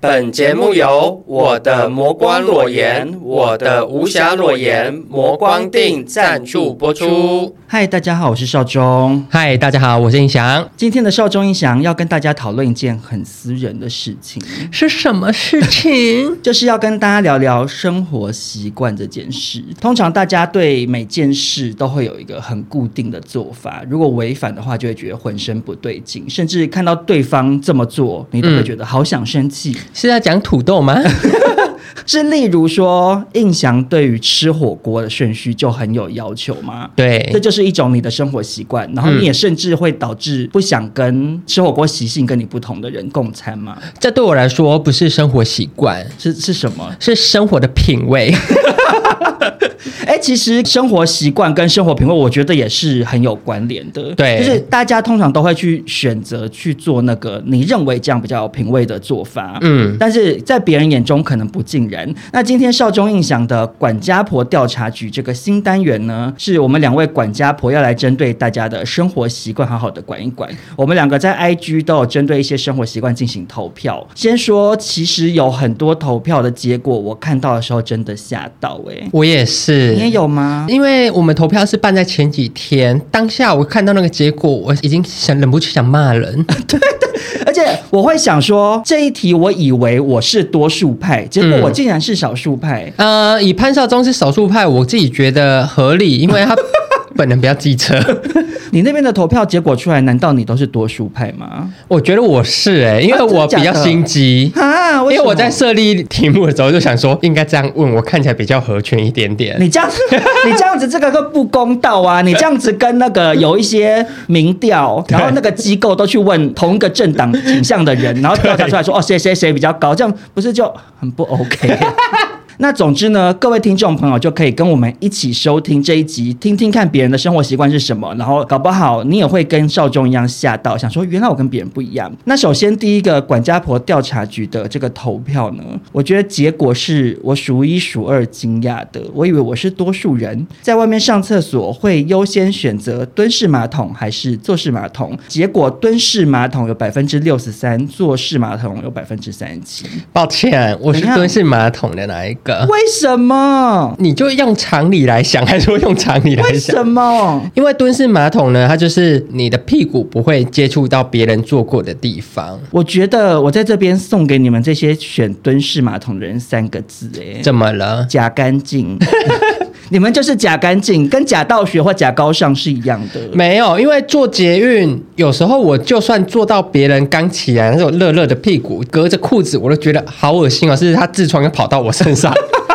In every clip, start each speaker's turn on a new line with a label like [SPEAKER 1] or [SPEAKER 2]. [SPEAKER 1] 本节目由我的魔光裸颜、我的无瑕裸颜、魔光定赞助播出。
[SPEAKER 2] 嗨，大家好，我是少中。
[SPEAKER 3] 嗨，大家好，我是印翔。
[SPEAKER 2] 今天的少中音响要跟大家讨论一件很私人的事情，
[SPEAKER 3] 是什么事情？
[SPEAKER 2] 就是要跟大家聊聊生活习惯这件事。通常大家对每件事都会有一个很固定的做法，如果违反的话，就会觉得浑身不对劲，甚至看到对方这么做，你都会觉得好想生气。
[SPEAKER 3] 是在讲土豆吗？
[SPEAKER 2] 是例如说，印象对于吃火锅的顺序就很有要求吗？
[SPEAKER 3] 对
[SPEAKER 2] 这，就是一种你的生活习惯，然后你也甚至会导致不想跟吃火锅习性跟你不同的人共餐吗？
[SPEAKER 3] 这对我来说不是生活习惯，
[SPEAKER 2] 是是什么？
[SPEAKER 3] 是生活的品 味。
[SPEAKER 2] 哎、其实生活习惯跟生活品味，我觉得也是很有关联的。
[SPEAKER 3] 对
[SPEAKER 2] 就是大家通常都会去选择去做那个你认为这样比较有品味的做法，
[SPEAKER 3] 嗯
[SPEAKER 2] 但是在别人眼中可能不尽然。那今天少中印象的管家婆调查局这个新单元呢，是我们两位管家婆要来针对大家的生活习惯好好的管一管。我们两个在 IG 都有针对一些生活习惯进行投票。先说，其实有很多投票的结果，我看到的时候真的吓到哎、
[SPEAKER 3] 我也是，
[SPEAKER 2] 你也有吗？
[SPEAKER 3] 因为我们投票是办在前几天，当下我看到那个结果，我已经想忍不住想骂人。
[SPEAKER 2] 而且我会想说，这一题我以为我是多数派，结果
[SPEAKER 3] 嗯
[SPEAKER 2] 我竟然是少数派。
[SPEAKER 3] 呃，以潘少忠是少数派，我自己觉得合理，因为他本人不要记车。
[SPEAKER 2] 你那边的投票结果出来，难道你都是多数派吗？
[SPEAKER 3] 我觉得我是哎、因为我比较心机。
[SPEAKER 2] 啊，
[SPEAKER 3] 因为
[SPEAKER 2] 什么
[SPEAKER 3] 我在设立题目的时候就想说，应该这样问，我看起来比较合群一点点。
[SPEAKER 2] 你这 样，你这样子这个个不公道啊！你这样子跟那个有一些民调，然后那个机构都去问同一个政党倾向的人，然后调查出来说哦谁谁谁比较高，这样不是就很不 OK？那总之呢，各位听众朋友就可以跟我们一起收听这一集，听听看别人的生活习惯是什么，然后搞不好你也会跟少中一样吓到，想说原来我跟别人不一样。那首先第一个管家婆调查局的这个投票呢，我觉得结果是我数一数二惊讶的，我以为我是多数人，在外面上厕所会优先选择蹲式马桶还是坐式马桶，结果蹲式马桶有百分之六十三，坐式马桶有百分之三十七，
[SPEAKER 3] 抱歉，我是
[SPEAKER 2] 怎样
[SPEAKER 3] 蹲式马桶的哪一个？
[SPEAKER 2] 为什么？
[SPEAKER 3] 你就用常理来想，还是用常理来
[SPEAKER 2] 为
[SPEAKER 3] 想
[SPEAKER 2] 什？么？
[SPEAKER 3] 因为蹲式马桶呢，它就是你的屁股不会接触到别人坐过的地方。
[SPEAKER 2] 我觉得我在这边送给你们这些选蹲式马桶的人三个字、哎，
[SPEAKER 3] 怎么了？
[SPEAKER 2] 假干 净，你们就是假干净，跟假道学或假高尚是一样的。
[SPEAKER 3] 没有，因为坐捷运有时候我就算坐到别人刚起来那种热热的屁股，隔着裤子我都觉得好恶心哦，甚至他痔疮又跑到我身上，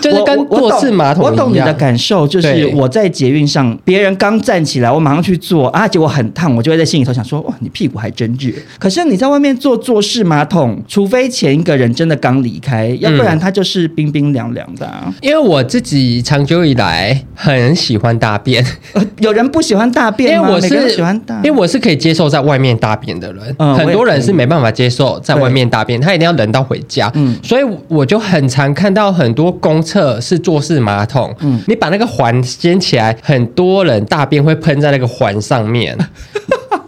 [SPEAKER 3] 就是
[SPEAKER 2] 我
[SPEAKER 3] 跟
[SPEAKER 2] 我我
[SPEAKER 3] 坐
[SPEAKER 2] 懂
[SPEAKER 3] 式马
[SPEAKER 2] 我
[SPEAKER 3] 桶
[SPEAKER 2] 懂
[SPEAKER 3] 一
[SPEAKER 2] 你的
[SPEAKER 3] 样。
[SPEAKER 2] 感受，就是
[SPEAKER 3] 对
[SPEAKER 2] 我在捷运上，别人刚站起来，我马上去坐啊，结果很烫，我就会在心里头想说，哇，你屁股还真热。可是你在外面坐坐式马桶，除非前一个人真的刚离开，要不然
[SPEAKER 3] 嗯
[SPEAKER 2] 他就是冰冰凉凉的、啊。
[SPEAKER 3] 因为我自己长久以来很喜欢大便，
[SPEAKER 2] 呃有人不喜欢大
[SPEAKER 3] 因
[SPEAKER 2] 便
[SPEAKER 3] 为
[SPEAKER 2] 吗？
[SPEAKER 3] 我
[SPEAKER 2] 每个人
[SPEAKER 3] 是
[SPEAKER 2] 都喜欢大，
[SPEAKER 3] 因为我是可以接受在外面大便的人，
[SPEAKER 2] 嗯
[SPEAKER 3] 很多
[SPEAKER 2] 我也
[SPEAKER 3] 人
[SPEAKER 2] 可以
[SPEAKER 3] 是没办法接受在外面大便，他一定要忍到回家。
[SPEAKER 2] 嗯
[SPEAKER 3] 所以我就很常看到很多公厕是坐式马桶，
[SPEAKER 2] 嗯
[SPEAKER 3] 你把那个环掀起来，很多人大便会喷在那个环上面。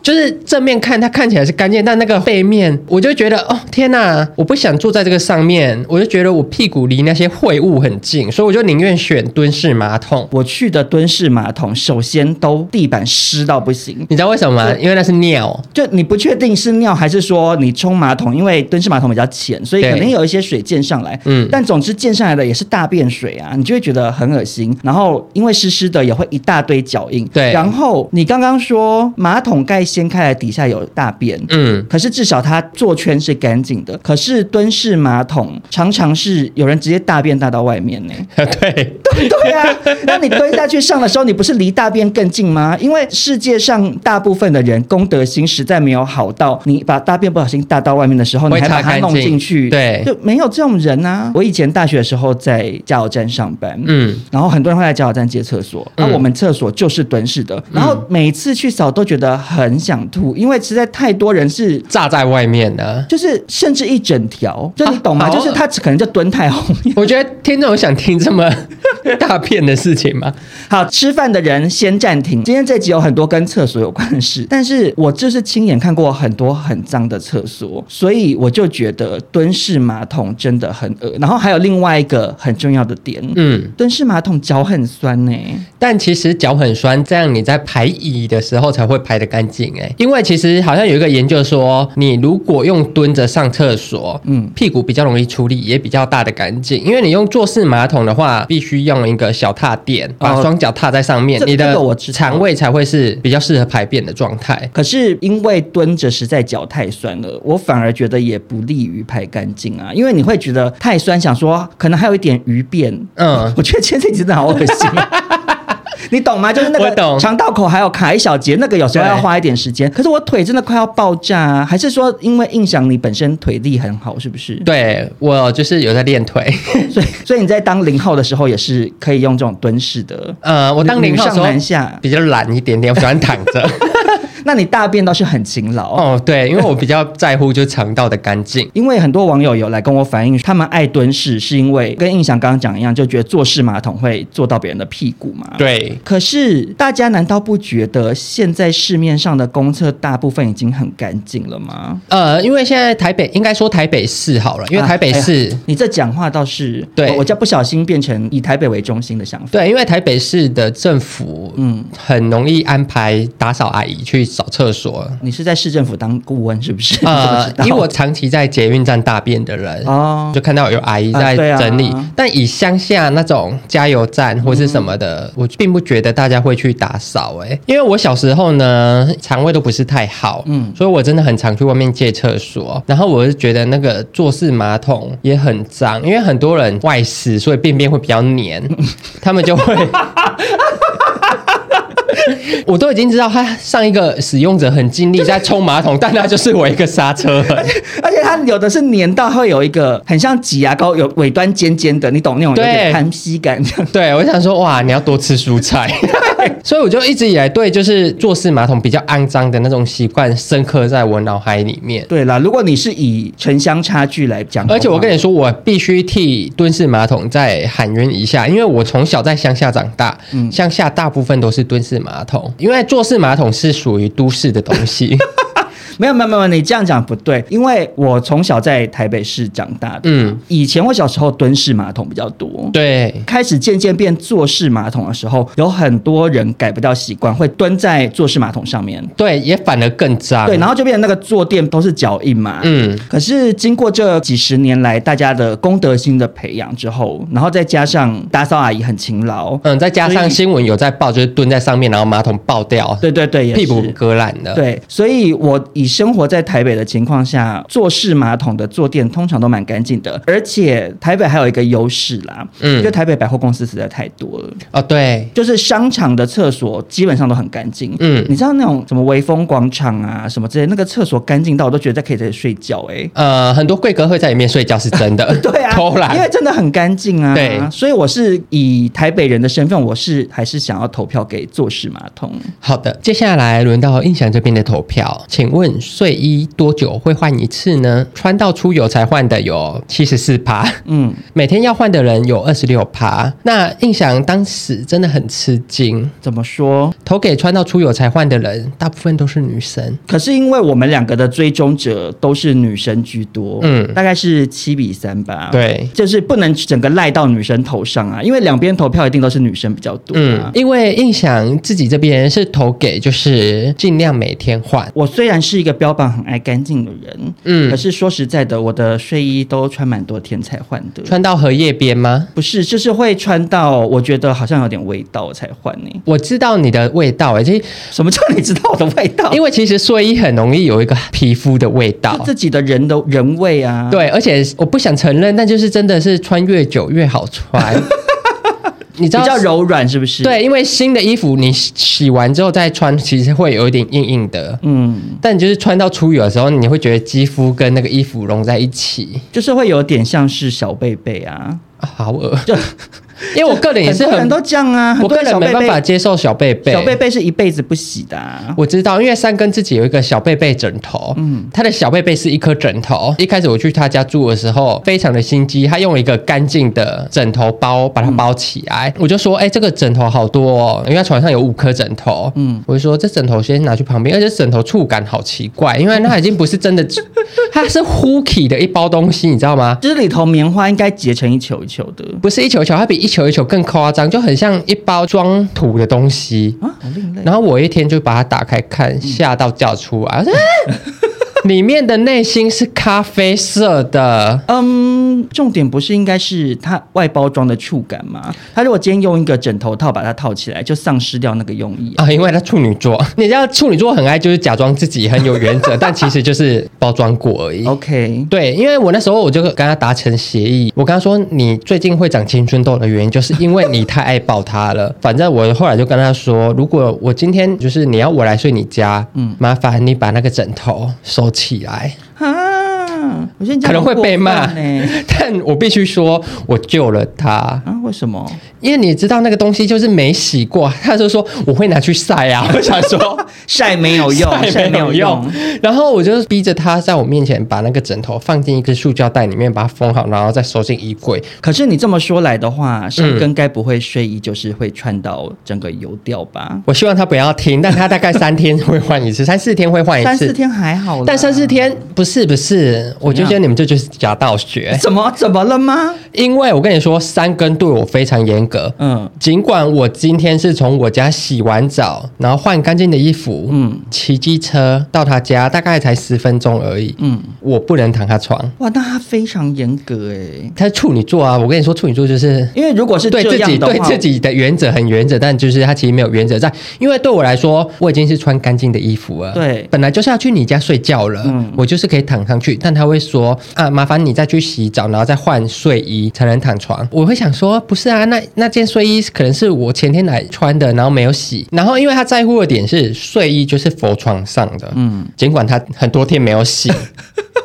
[SPEAKER 4] 就是正面看它看起来是干净，但那个背面我就觉得哦天哪，我不想坐在这个上面，我就觉得我屁股离那些秽物很近，所以我就宁愿选蹲式马桶。
[SPEAKER 2] 我去的蹲式马桶，首先都地板湿到不行，
[SPEAKER 4] 你知道为什么吗？因为那是尿。
[SPEAKER 2] 就你不确定是尿还是说你冲马桶，因为蹲式马桶比较浅，所以
[SPEAKER 4] 对
[SPEAKER 2] 肯定有一些水溅上来。
[SPEAKER 4] 嗯
[SPEAKER 2] 嗯，但总之溅上来的也是大便水啊，你就会觉得很恶心。然后因为湿湿的也会一大堆脚印。
[SPEAKER 4] 对
[SPEAKER 2] 然后你刚刚说马桶盖掀开来底下有大便，
[SPEAKER 4] 嗯，
[SPEAKER 2] 可是至少它坐圈是干净的。可是蹲式马桶常常是有人直接大便大到外面呢、
[SPEAKER 4] 对，
[SPEAKER 2] 对啊，那你蹲下去上的时候，你不是离大便更近吗？因为世界上大部分的人公德心实在没有好到，你把大便不小心大到外面的时候，
[SPEAKER 4] 会
[SPEAKER 2] 你还把
[SPEAKER 4] 擦
[SPEAKER 2] 它
[SPEAKER 4] 干
[SPEAKER 2] 弄
[SPEAKER 4] 净
[SPEAKER 2] 进去，
[SPEAKER 4] 对
[SPEAKER 2] 就没有这种人啊。我以前大学的时候在加油站上班，
[SPEAKER 4] 嗯，
[SPEAKER 2] 然后很多人会来加油站借厕所，然后我们厕所就是蹲式的，
[SPEAKER 4] 嗯
[SPEAKER 2] 然后每次去扫都觉得很想吐，因为实在太多人是。
[SPEAKER 4] 炸在外面啊的。
[SPEAKER 2] 就是甚至一整条，就你懂吗？
[SPEAKER 4] 啊好
[SPEAKER 2] 就是他可能就蹲太后面，
[SPEAKER 4] 我觉得听众有想听这么 大片的事情吗？
[SPEAKER 2] 好，吃饭的人先暂停。今天这集有很多跟厕所有关的事， 但是我就是亲眼看过很多很脏的厕所，所以我就觉得蹲式马桶真的很恶。然后还有另外一个很重要的点，
[SPEAKER 4] 嗯，
[SPEAKER 2] 蹲式马桶脚很酸欸呢、
[SPEAKER 4] 但其实脚很酸，这样你在排椅的时候才会排得干净哎。因为其实好像有一个研究说，你如果用蹲着上厕所，嗯
[SPEAKER 2] 嗯，
[SPEAKER 4] 屁股比较容易出力，也比较大的干净。因为你用坐式马桶的话，必须用一个小踏垫，把
[SPEAKER 2] 哦
[SPEAKER 4] 双脚踏在上面，
[SPEAKER 2] 这
[SPEAKER 4] 你的
[SPEAKER 2] 这个我知道
[SPEAKER 4] 肠胃才会是比较适合排便的状态。
[SPEAKER 2] 可是因为蹲着实在脚太酸了，我反而觉得也不利于排干净啊，因为你会觉得太酸，想说可能还有一点余便。，
[SPEAKER 4] 嗯
[SPEAKER 2] 我觉得今天这集真的好恶心、啊 你懂吗？就是那
[SPEAKER 4] 我懂
[SPEAKER 2] 个肠道口还有卡一小节，那个有时候
[SPEAKER 4] 对
[SPEAKER 2] 要花一点时间。可是我腿真的快要爆炸啊！还是说因为印象你本身腿力很好，是不是？
[SPEAKER 4] 对我就是有在练腿。
[SPEAKER 2] 所以所以你在当零号的时候也是可以用这种蹲式的。
[SPEAKER 4] 呃，我当
[SPEAKER 2] 女
[SPEAKER 4] 零号的
[SPEAKER 2] 上
[SPEAKER 4] 时候
[SPEAKER 2] 男下
[SPEAKER 4] 比较懒一点点，我喜欢躺着。
[SPEAKER 2] 那你大便倒是很勤劳。
[SPEAKER 4] 哦，对，因为我比较在乎就肠道的 干净。
[SPEAKER 2] 因为很多网友有来跟我反映，他们爱蹲式是因为跟印象刚刚讲一样，就觉得坐式马桶会坐到别人的屁股嘛。
[SPEAKER 4] 对，
[SPEAKER 2] 可是大家难道不觉得现在市面上的公厕大部分已经很干净了吗？
[SPEAKER 4] 呃，因为现在台北应该说台北市好了，因为台北市、
[SPEAKER 2] 啊哎呀你这讲话倒是，
[SPEAKER 4] 对
[SPEAKER 2] 我我叫不小心变成以台北为中心的想法。
[SPEAKER 4] 对，因为台北市的政府嗯
[SPEAKER 2] 嗯
[SPEAKER 4] 很容易安排打扫阿姨去扫 厕所。
[SPEAKER 2] 你是在市政府当顾问是不是？
[SPEAKER 4] 呃
[SPEAKER 2] 你怎么知道，
[SPEAKER 4] 以我长期在捷运站大便的人，
[SPEAKER 2] 哦
[SPEAKER 4] 就看到有阿姨在
[SPEAKER 2] 啊对啊
[SPEAKER 4] 整理。但以乡下那种加油站或是什么的，我并不觉得大家会去打扫哎、因为我小时候呢，肠胃都不是太好，嗯
[SPEAKER 2] 嗯，
[SPEAKER 4] 所以我真的很常去外面借厕所。然后我就觉得那个坐式马桶也很脏，因为很多人外食，所以便便会比较黏，他们就会。 我都已经知道他上一个使用者很尽力在冲马桶，但他就是我一个刹车痕。
[SPEAKER 2] 而且它有的是粘到会有一个很像挤牙膏，有尾端尖尖的，你懂那种有
[SPEAKER 4] 对
[SPEAKER 2] 点弹吸感这样。
[SPEAKER 4] 对，我想说，哇，你要多吃蔬 菜。所以我就一直以来对就是坐式马桶比较肮脏的那种习惯深刻在我脑海里面。
[SPEAKER 2] 对啦，如果你是以城乡差距来讲的话，
[SPEAKER 4] 而且我跟你说，我必须替蹲式马桶再喊冤一下，因为我从小在乡下长大，
[SPEAKER 2] 嗯
[SPEAKER 4] 乡下大部分都是蹲式马桶，因为坐式马桶是属于都市的东 西。
[SPEAKER 2] 没有没有没有，你这样讲不对，因为我从小在台北市长大的，
[SPEAKER 4] 嗯，
[SPEAKER 2] 以前我小时候蹲式马桶比较多。
[SPEAKER 4] 对，
[SPEAKER 2] 开始渐渐变坐式马桶的时候，有很多人改不掉习惯，会蹲在坐式马桶上面。
[SPEAKER 4] 对，也反而更脏。
[SPEAKER 2] 对，然后就变成那个坐垫都是脚印嘛。
[SPEAKER 4] 嗯，
[SPEAKER 2] 可是经过这几十年来大家的公德心的培养之后，然后再加上打扫阿姨很勤劳，
[SPEAKER 4] 嗯，再加
[SPEAKER 2] 所
[SPEAKER 4] 上
[SPEAKER 2] 以
[SPEAKER 4] 新闻有在报，就是蹲在上面，然后马桶爆掉，
[SPEAKER 2] 对对对，也
[SPEAKER 4] 屁股
[SPEAKER 2] 是
[SPEAKER 4] 割烂了。
[SPEAKER 2] 对，所以我以生活在台北的情况下，坐式马桶的坐垫通常都蛮干净的，而且台北还有一个优势啦，
[SPEAKER 4] 嗯
[SPEAKER 2] 嗯，就台北百货公司实在太多了。
[SPEAKER 4] 哦，对，
[SPEAKER 2] 就是商场的厕所基本上都很干净，
[SPEAKER 4] 嗯
[SPEAKER 2] 嗯，你知道那种什么微风广场啊什么之类，那个厕所干净到我都觉得在可以在这里睡觉哎、
[SPEAKER 4] 呃，很多贵哥会在里面睡觉是真的，
[SPEAKER 2] 对啊，
[SPEAKER 4] 偷
[SPEAKER 2] 因为
[SPEAKER 4] 懒。
[SPEAKER 2] 真的很干净啊，
[SPEAKER 4] 对
[SPEAKER 2] 所以我是以台北人的身份，我是还是想要投票给坐式马桶。
[SPEAKER 4] 好的，接下来轮到印象这边的投票，请问问睡衣多久会换一次呢？穿到出游才换的有七十四趴，
[SPEAKER 2] 嗯，
[SPEAKER 4] 每天要换的人有二十六趴。那印象当时真的很吃惊，
[SPEAKER 2] 怎么说？
[SPEAKER 4] 投给穿到出游才换的人，大部分都是女生。
[SPEAKER 2] 可是因为我们两个的追踪者都是女生居多，
[SPEAKER 4] 嗯
[SPEAKER 2] 大概是七比三吧。
[SPEAKER 4] 对
[SPEAKER 2] 就是不能整个赖到女生头上啊，因为两边投票一定都是女生比较多、
[SPEAKER 4] 嗯
[SPEAKER 2] 啊。，
[SPEAKER 4] 因为印象自己这边是投给就是尽量每天换，
[SPEAKER 2] 我虽然是一个标榜很爱干净的人，
[SPEAKER 4] 嗯
[SPEAKER 2] 可是说实在的，我的睡衣都穿蛮多天才换的。
[SPEAKER 4] 穿到荷叶边吗？
[SPEAKER 2] 不是，就是会穿到我觉得好像有点味道才换呢、
[SPEAKER 4] 我知道你的味道、欸，其实
[SPEAKER 2] 什么叫你知道我的味道？
[SPEAKER 4] 因为其实睡衣很容易有一个皮肤的味道
[SPEAKER 2] 就。自己的人的人味啊。，
[SPEAKER 4] 对，而且我不想承认，但就是真的是穿越久越 好穿。你知
[SPEAKER 2] 比
[SPEAKER 4] 道
[SPEAKER 2] 较柔软是不是？，
[SPEAKER 4] 对，因为新的衣服你洗洗完之后再穿，其实会有一点硬硬的。
[SPEAKER 2] 嗯，
[SPEAKER 4] 但你就是穿到出油的时候，你会觉得肌肤跟那个衣服融在一 起，
[SPEAKER 2] 就是会有点像是小贝贝啊。
[SPEAKER 4] 啊好恶。
[SPEAKER 2] 就
[SPEAKER 4] 因为我个人哎也是
[SPEAKER 2] 很多人
[SPEAKER 4] 很，
[SPEAKER 2] 都这样啊，很
[SPEAKER 4] 我
[SPEAKER 2] 多
[SPEAKER 4] 个人
[SPEAKER 2] 小
[SPEAKER 4] 没
[SPEAKER 2] 贝
[SPEAKER 4] 办法
[SPEAKER 2] 贝，
[SPEAKER 4] 接受小贝贝。
[SPEAKER 2] 小贝贝是一辈子不洗的、啊。
[SPEAKER 4] 我知道，因为三根自己有一个小贝贝枕头，嗯，他的小贝贝是一颗枕头。一开始我去他家住的时候，非常的心机，他用一个干净的枕头包把它包起来。我就说，哎、这个枕头好多哦，因为他床上有五颗枕头，嗯，我就说这枕头先拿去旁边，而且枕头触感好奇怪，因为它已经不是真的， 它是 hooky 的一包东西，你知道吗？
[SPEAKER 2] 就是里头棉花应该结成一球一球的
[SPEAKER 4] 不是一球一球，它比一球一球更夸张，就很像一包装土的东西。
[SPEAKER 2] 啊，好另类。
[SPEAKER 4] 然后我一天就把它打开看，吓到叫出来，我说啊里面的内心是咖啡色的。
[SPEAKER 2] 嗯，重点不是应该是它外包装的触感吗？它如果今天用一个枕头套把它套起来，就丧失掉那个用意啊、
[SPEAKER 4] 啊，因为他处女座， 你知道处女座很爱就是假装自己很有原则，但其实就是包装过而已。
[SPEAKER 2] 哦 OK，
[SPEAKER 4] 对，因为我那时候我就跟他达成协议，我跟他说，你最近会长青春痘的原因，就是因为你太爱抱他了。 反正我后来就跟他说，如果我今天就是你要我来睡你家，嗯，麻烦你把那个枕头收起来。
[SPEAKER 2] 啊，我觉得你这样
[SPEAKER 4] 可能会被骂
[SPEAKER 2] 很过分欸，
[SPEAKER 4] 但我必须说，我救了他，
[SPEAKER 2] 啊？为什么？
[SPEAKER 4] 因为你知道那个东西就是没洗过，他就说我会拿去晒啊， 我想 说。
[SPEAKER 2] 晒没有用，晒
[SPEAKER 4] 晒没
[SPEAKER 2] 没
[SPEAKER 4] 有
[SPEAKER 2] 有用
[SPEAKER 4] 用。，然后我就逼着他在我面前把那个枕头放进一个塑胶袋里面，把它封好，然后再收进衣柜。
[SPEAKER 2] 可是你这么说来的话，上
[SPEAKER 4] 嗯
[SPEAKER 2] 根该不会睡衣就是会穿到整个油掉吧？
[SPEAKER 4] 我希望他不要听，但他大概三天会换一次，三四天会换一次。
[SPEAKER 2] 三四，天还好啦，
[SPEAKER 4] 哎但三四天不是不是，我就觉得你们这就是假道学，
[SPEAKER 2] 怎么怎么了吗？
[SPEAKER 4] 因为我跟你说，三根对我非常严格。
[SPEAKER 2] 嗯，
[SPEAKER 4] 尽管我今天是从我家洗完澡，然后换干净的衣服，嗯
[SPEAKER 2] 嗯，
[SPEAKER 4] 骑机车到他家，大概才十分钟而已，嗯
[SPEAKER 2] 嗯，
[SPEAKER 4] 我不能躺他床。
[SPEAKER 2] 哇，那他非常严格哎，
[SPEAKER 4] 他是处女座啊，我跟你说，处女座就是
[SPEAKER 2] 因为如果是
[SPEAKER 4] 对
[SPEAKER 2] 这
[SPEAKER 4] 自己
[SPEAKER 2] 样的话，
[SPEAKER 4] 对自己的原则很原则，但就是他其实没有原则在，因为对我来说，我已经是穿干净的衣服了，
[SPEAKER 2] 对
[SPEAKER 4] 本来就是要去你家睡觉了，
[SPEAKER 2] 嗯
[SPEAKER 4] 我就是可以躺上去，但他会说啊，麻烦你再去洗澡，然后再换睡衣才能躺床。我会想说，不是啊，那那件睡衣可能是我前天来穿的，然后没有洗，然后因为他在乎的点是睡衣就是佛床上的，嗯，尽管他很多天没有 洗。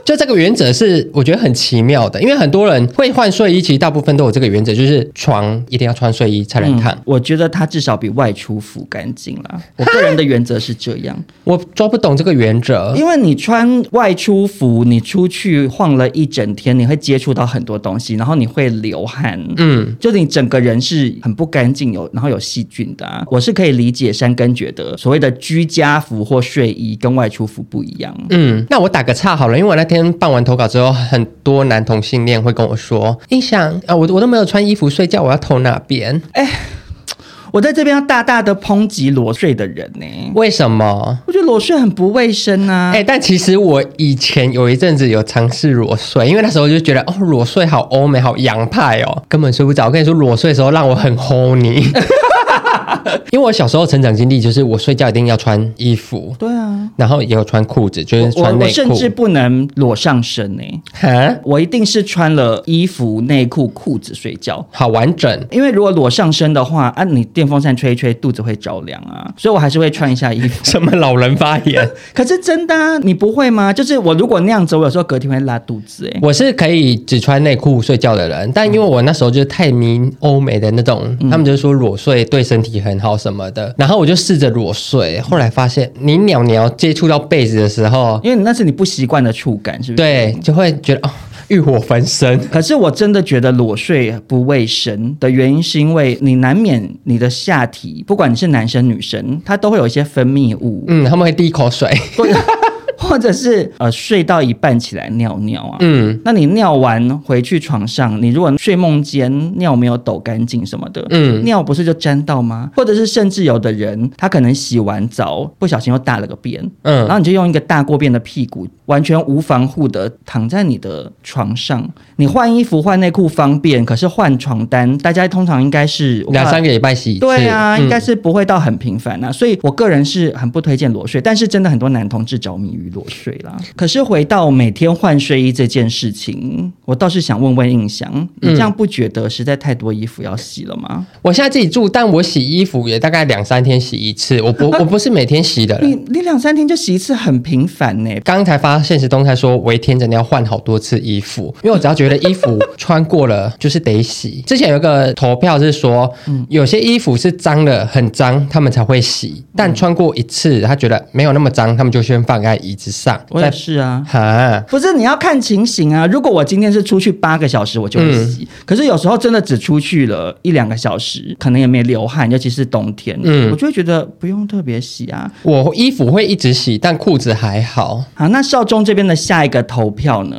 [SPEAKER 4] 就这个原则是我觉得很奇妙的，因为很多人会换睡衣，其实大部分都有这个原则，就是床一定要穿睡衣才能躺。
[SPEAKER 2] 嗯，我觉得他至少比外出服干净啦。 我个人的原则是这样，
[SPEAKER 4] 我抓不懂这个原 则，
[SPEAKER 2] 因为你穿外出服，你出去晃了一整天，你会接触到很多东西，然后你会流汗，
[SPEAKER 4] 嗯，
[SPEAKER 2] 就是你整个人是很不干净，有然后有细菌的、啊。我是可以理解山根觉得所谓的居家服或睡衣跟外出服不一样。
[SPEAKER 4] 嗯，那我打个岔好了，因为我那天办完投稿之后，很多男同性恋会跟我说，印象啊，我我都没有穿衣服睡觉，我要投哪边？
[SPEAKER 2] 我在这边要大大的抨击裸睡的人呢、
[SPEAKER 4] 为什么？
[SPEAKER 2] 我觉得裸睡很不卫生啊。
[SPEAKER 4] 哎、但其实我以前有一阵子有尝试裸睡，因为那时候就觉得哦，裸睡好欧美，好洋派哦，根本睡不着。我跟你说，裸睡的时候让我很 horny，因为我小时候成长经历就是我睡觉一定要穿衣服，
[SPEAKER 2] 对啊，
[SPEAKER 4] 然后也有穿裤子，就是
[SPEAKER 2] 我
[SPEAKER 4] 穿
[SPEAKER 2] 我
[SPEAKER 4] 内
[SPEAKER 2] 甚
[SPEAKER 4] 裤
[SPEAKER 2] 至。不能裸上身呢、
[SPEAKER 4] 哈，
[SPEAKER 2] 我一定是穿了衣服、内裤、裤子睡觉。
[SPEAKER 4] 好完整。
[SPEAKER 2] 因为如果裸上身的话，啊，你电风扇吹一吹，肚子会着凉啊，所以我还是会穿一下衣 服。
[SPEAKER 4] 什么老人发言？
[SPEAKER 2] 可是真的、啊，你不会吗？就是我如果那样子，我有时候隔天会拉肚子、欸，
[SPEAKER 4] 我是可以只穿内裤
[SPEAKER 2] 嗯
[SPEAKER 4] 睡觉的人，但因为我那时候就是太迷欧美的那种，他们就说裸睡对身体很很好什么的。然后我就试着裸睡，后来发现你鸟鸟接触到被子的时候，
[SPEAKER 2] 因为那是你不习惯的触感，是不是？
[SPEAKER 4] 对，就会觉得哦，欲火焚身。
[SPEAKER 2] 可是我真的觉得裸睡不卫生的原因，是因为你难免你的下体，不管你是男生女生，它都会有一些分泌物，
[SPEAKER 4] 嗯，他们会滴 口水。
[SPEAKER 2] 或者或者是呃睡到一半起来尿尿啊。
[SPEAKER 4] 嗯
[SPEAKER 2] 那你尿完回去床上，你如果睡梦间尿没有抖干净什么的，
[SPEAKER 4] 嗯，
[SPEAKER 2] 尿不是就沾到吗？或者是甚至有的人他可能洗完澡不小心又大了个便，然后
[SPEAKER 4] 嗯，
[SPEAKER 2] 你就用一个大过便的屁股，完全无防护的躺在你的床上。你换衣服、换内裤方便，可是换床单，大家通常应该是
[SPEAKER 4] 两三
[SPEAKER 2] 个。
[SPEAKER 4] 个礼拜洗一次。
[SPEAKER 2] 对啊，
[SPEAKER 4] 嗯
[SPEAKER 2] 应该是不会到很频繁啊，所以我个人是很不推荐裸睡，但是真的很多男同志着迷于裸睡啦。可是回到每天换睡衣这件事情，我倒是想问问印象，你这样不觉得实在太多衣服要洗了吗？
[SPEAKER 4] 我现在自己住，但我洗衣服也大概两三天洗一次，我不我不是每天洗的人。
[SPEAKER 2] 你你两三天就洗一次，很频繁呢、
[SPEAKER 4] 刚才发现实动态说，我一天真的要换好多次衣服，因为我只要觉得衣服穿过了就是得洗。之前有一个投票是说，有些衣服是脏了很脏，他们才会洗，但穿过一次，他觉得没有那么脏，他们就先放在椅子上，
[SPEAKER 2] 我也是啊，
[SPEAKER 4] 哈。
[SPEAKER 2] 不是你要看情形啊。如果我今天是出去八个小时，我就会
[SPEAKER 4] 嗯
[SPEAKER 2] 洗。可是有时候真的只出去了一两个小时，可能也没流汗，尤其是冬天，
[SPEAKER 4] 嗯
[SPEAKER 2] 我就会觉得不用特别洗啊。
[SPEAKER 4] 我衣服会一直洗，但裤子还好。
[SPEAKER 2] 好，那少中这边的下一个投票呢？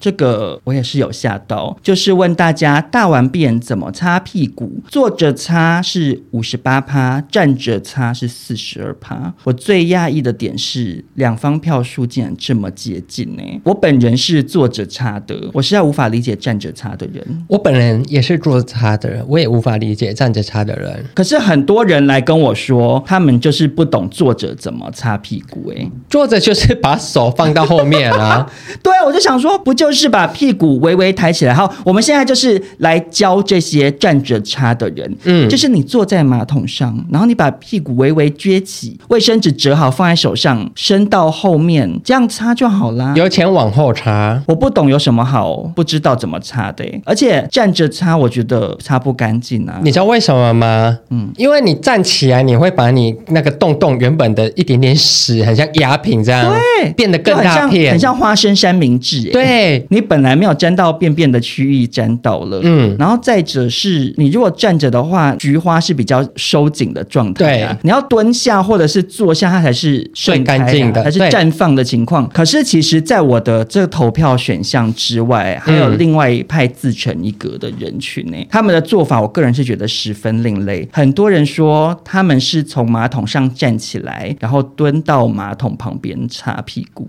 [SPEAKER 2] 这个我也是有吓到，就是问大家大完便怎么擦屁股？坐着擦是五十八趴，站着擦是四十二趴。我最讶异的点是，两方票数竟然这么接近呢、我本人是坐着擦的，我实在无法理解站着擦的人。
[SPEAKER 4] 我本人也是坐着擦的人，我也无法理解站着擦的人。
[SPEAKER 2] 可是很多人来跟我说，他们就是不懂坐着怎么擦屁股、欸，
[SPEAKER 4] 坐着就是把手放到后面啊，
[SPEAKER 2] 对啊，我就想说，不就是把屁股微微抬起来？好，我们现在就是来教这些站着擦的人，嗯，
[SPEAKER 4] 嗯
[SPEAKER 2] 就是你坐在马桶上，然后你把屁股微微撅起，卫生纸折好放在手上，伸到后面，这样擦就好啦。
[SPEAKER 4] 由前往后擦。
[SPEAKER 2] 我不懂有什么好不知道怎么擦的欸、而且站着擦，我觉得擦不干净啊。
[SPEAKER 4] 你知道为什么吗？嗯，因为你站起来，你会把你那个洞洞原本的一点点屎，很像压平这样，
[SPEAKER 2] 对，
[SPEAKER 4] 变得更
[SPEAKER 2] 就很
[SPEAKER 4] 大
[SPEAKER 2] 像
[SPEAKER 4] 片，
[SPEAKER 2] 很像花生三明治、欸。
[SPEAKER 4] 对，
[SPEAKER 2] 你本来没有沾到便便的区域沾到了，嗯
[SPEAKER 4] 嗯，
[SPEAKER 2] 然后再者是你如果站着的话，菊花是比较收紧的状态、啊，
[SPEAKER 4] 对
[SPEAKER 2] 你要蹲下或者是坐下，它才是盛开啊
[SPEAKER 4] 最干净的
[SPEAKER 2] 才是
[SPEAKER 4] 对
[SPEAKER 2] 绽放的情况。可是其实，在我的这个投票选项之外，还有
[SPEAKER 4] 嗯
[SPEAKER 2] 另外一派自成一格的人群呢、他们的做法，我个人是觉得十分另类。很多人说他们是从马桶上站起来，然后蹲到马桶旁边擦屁股，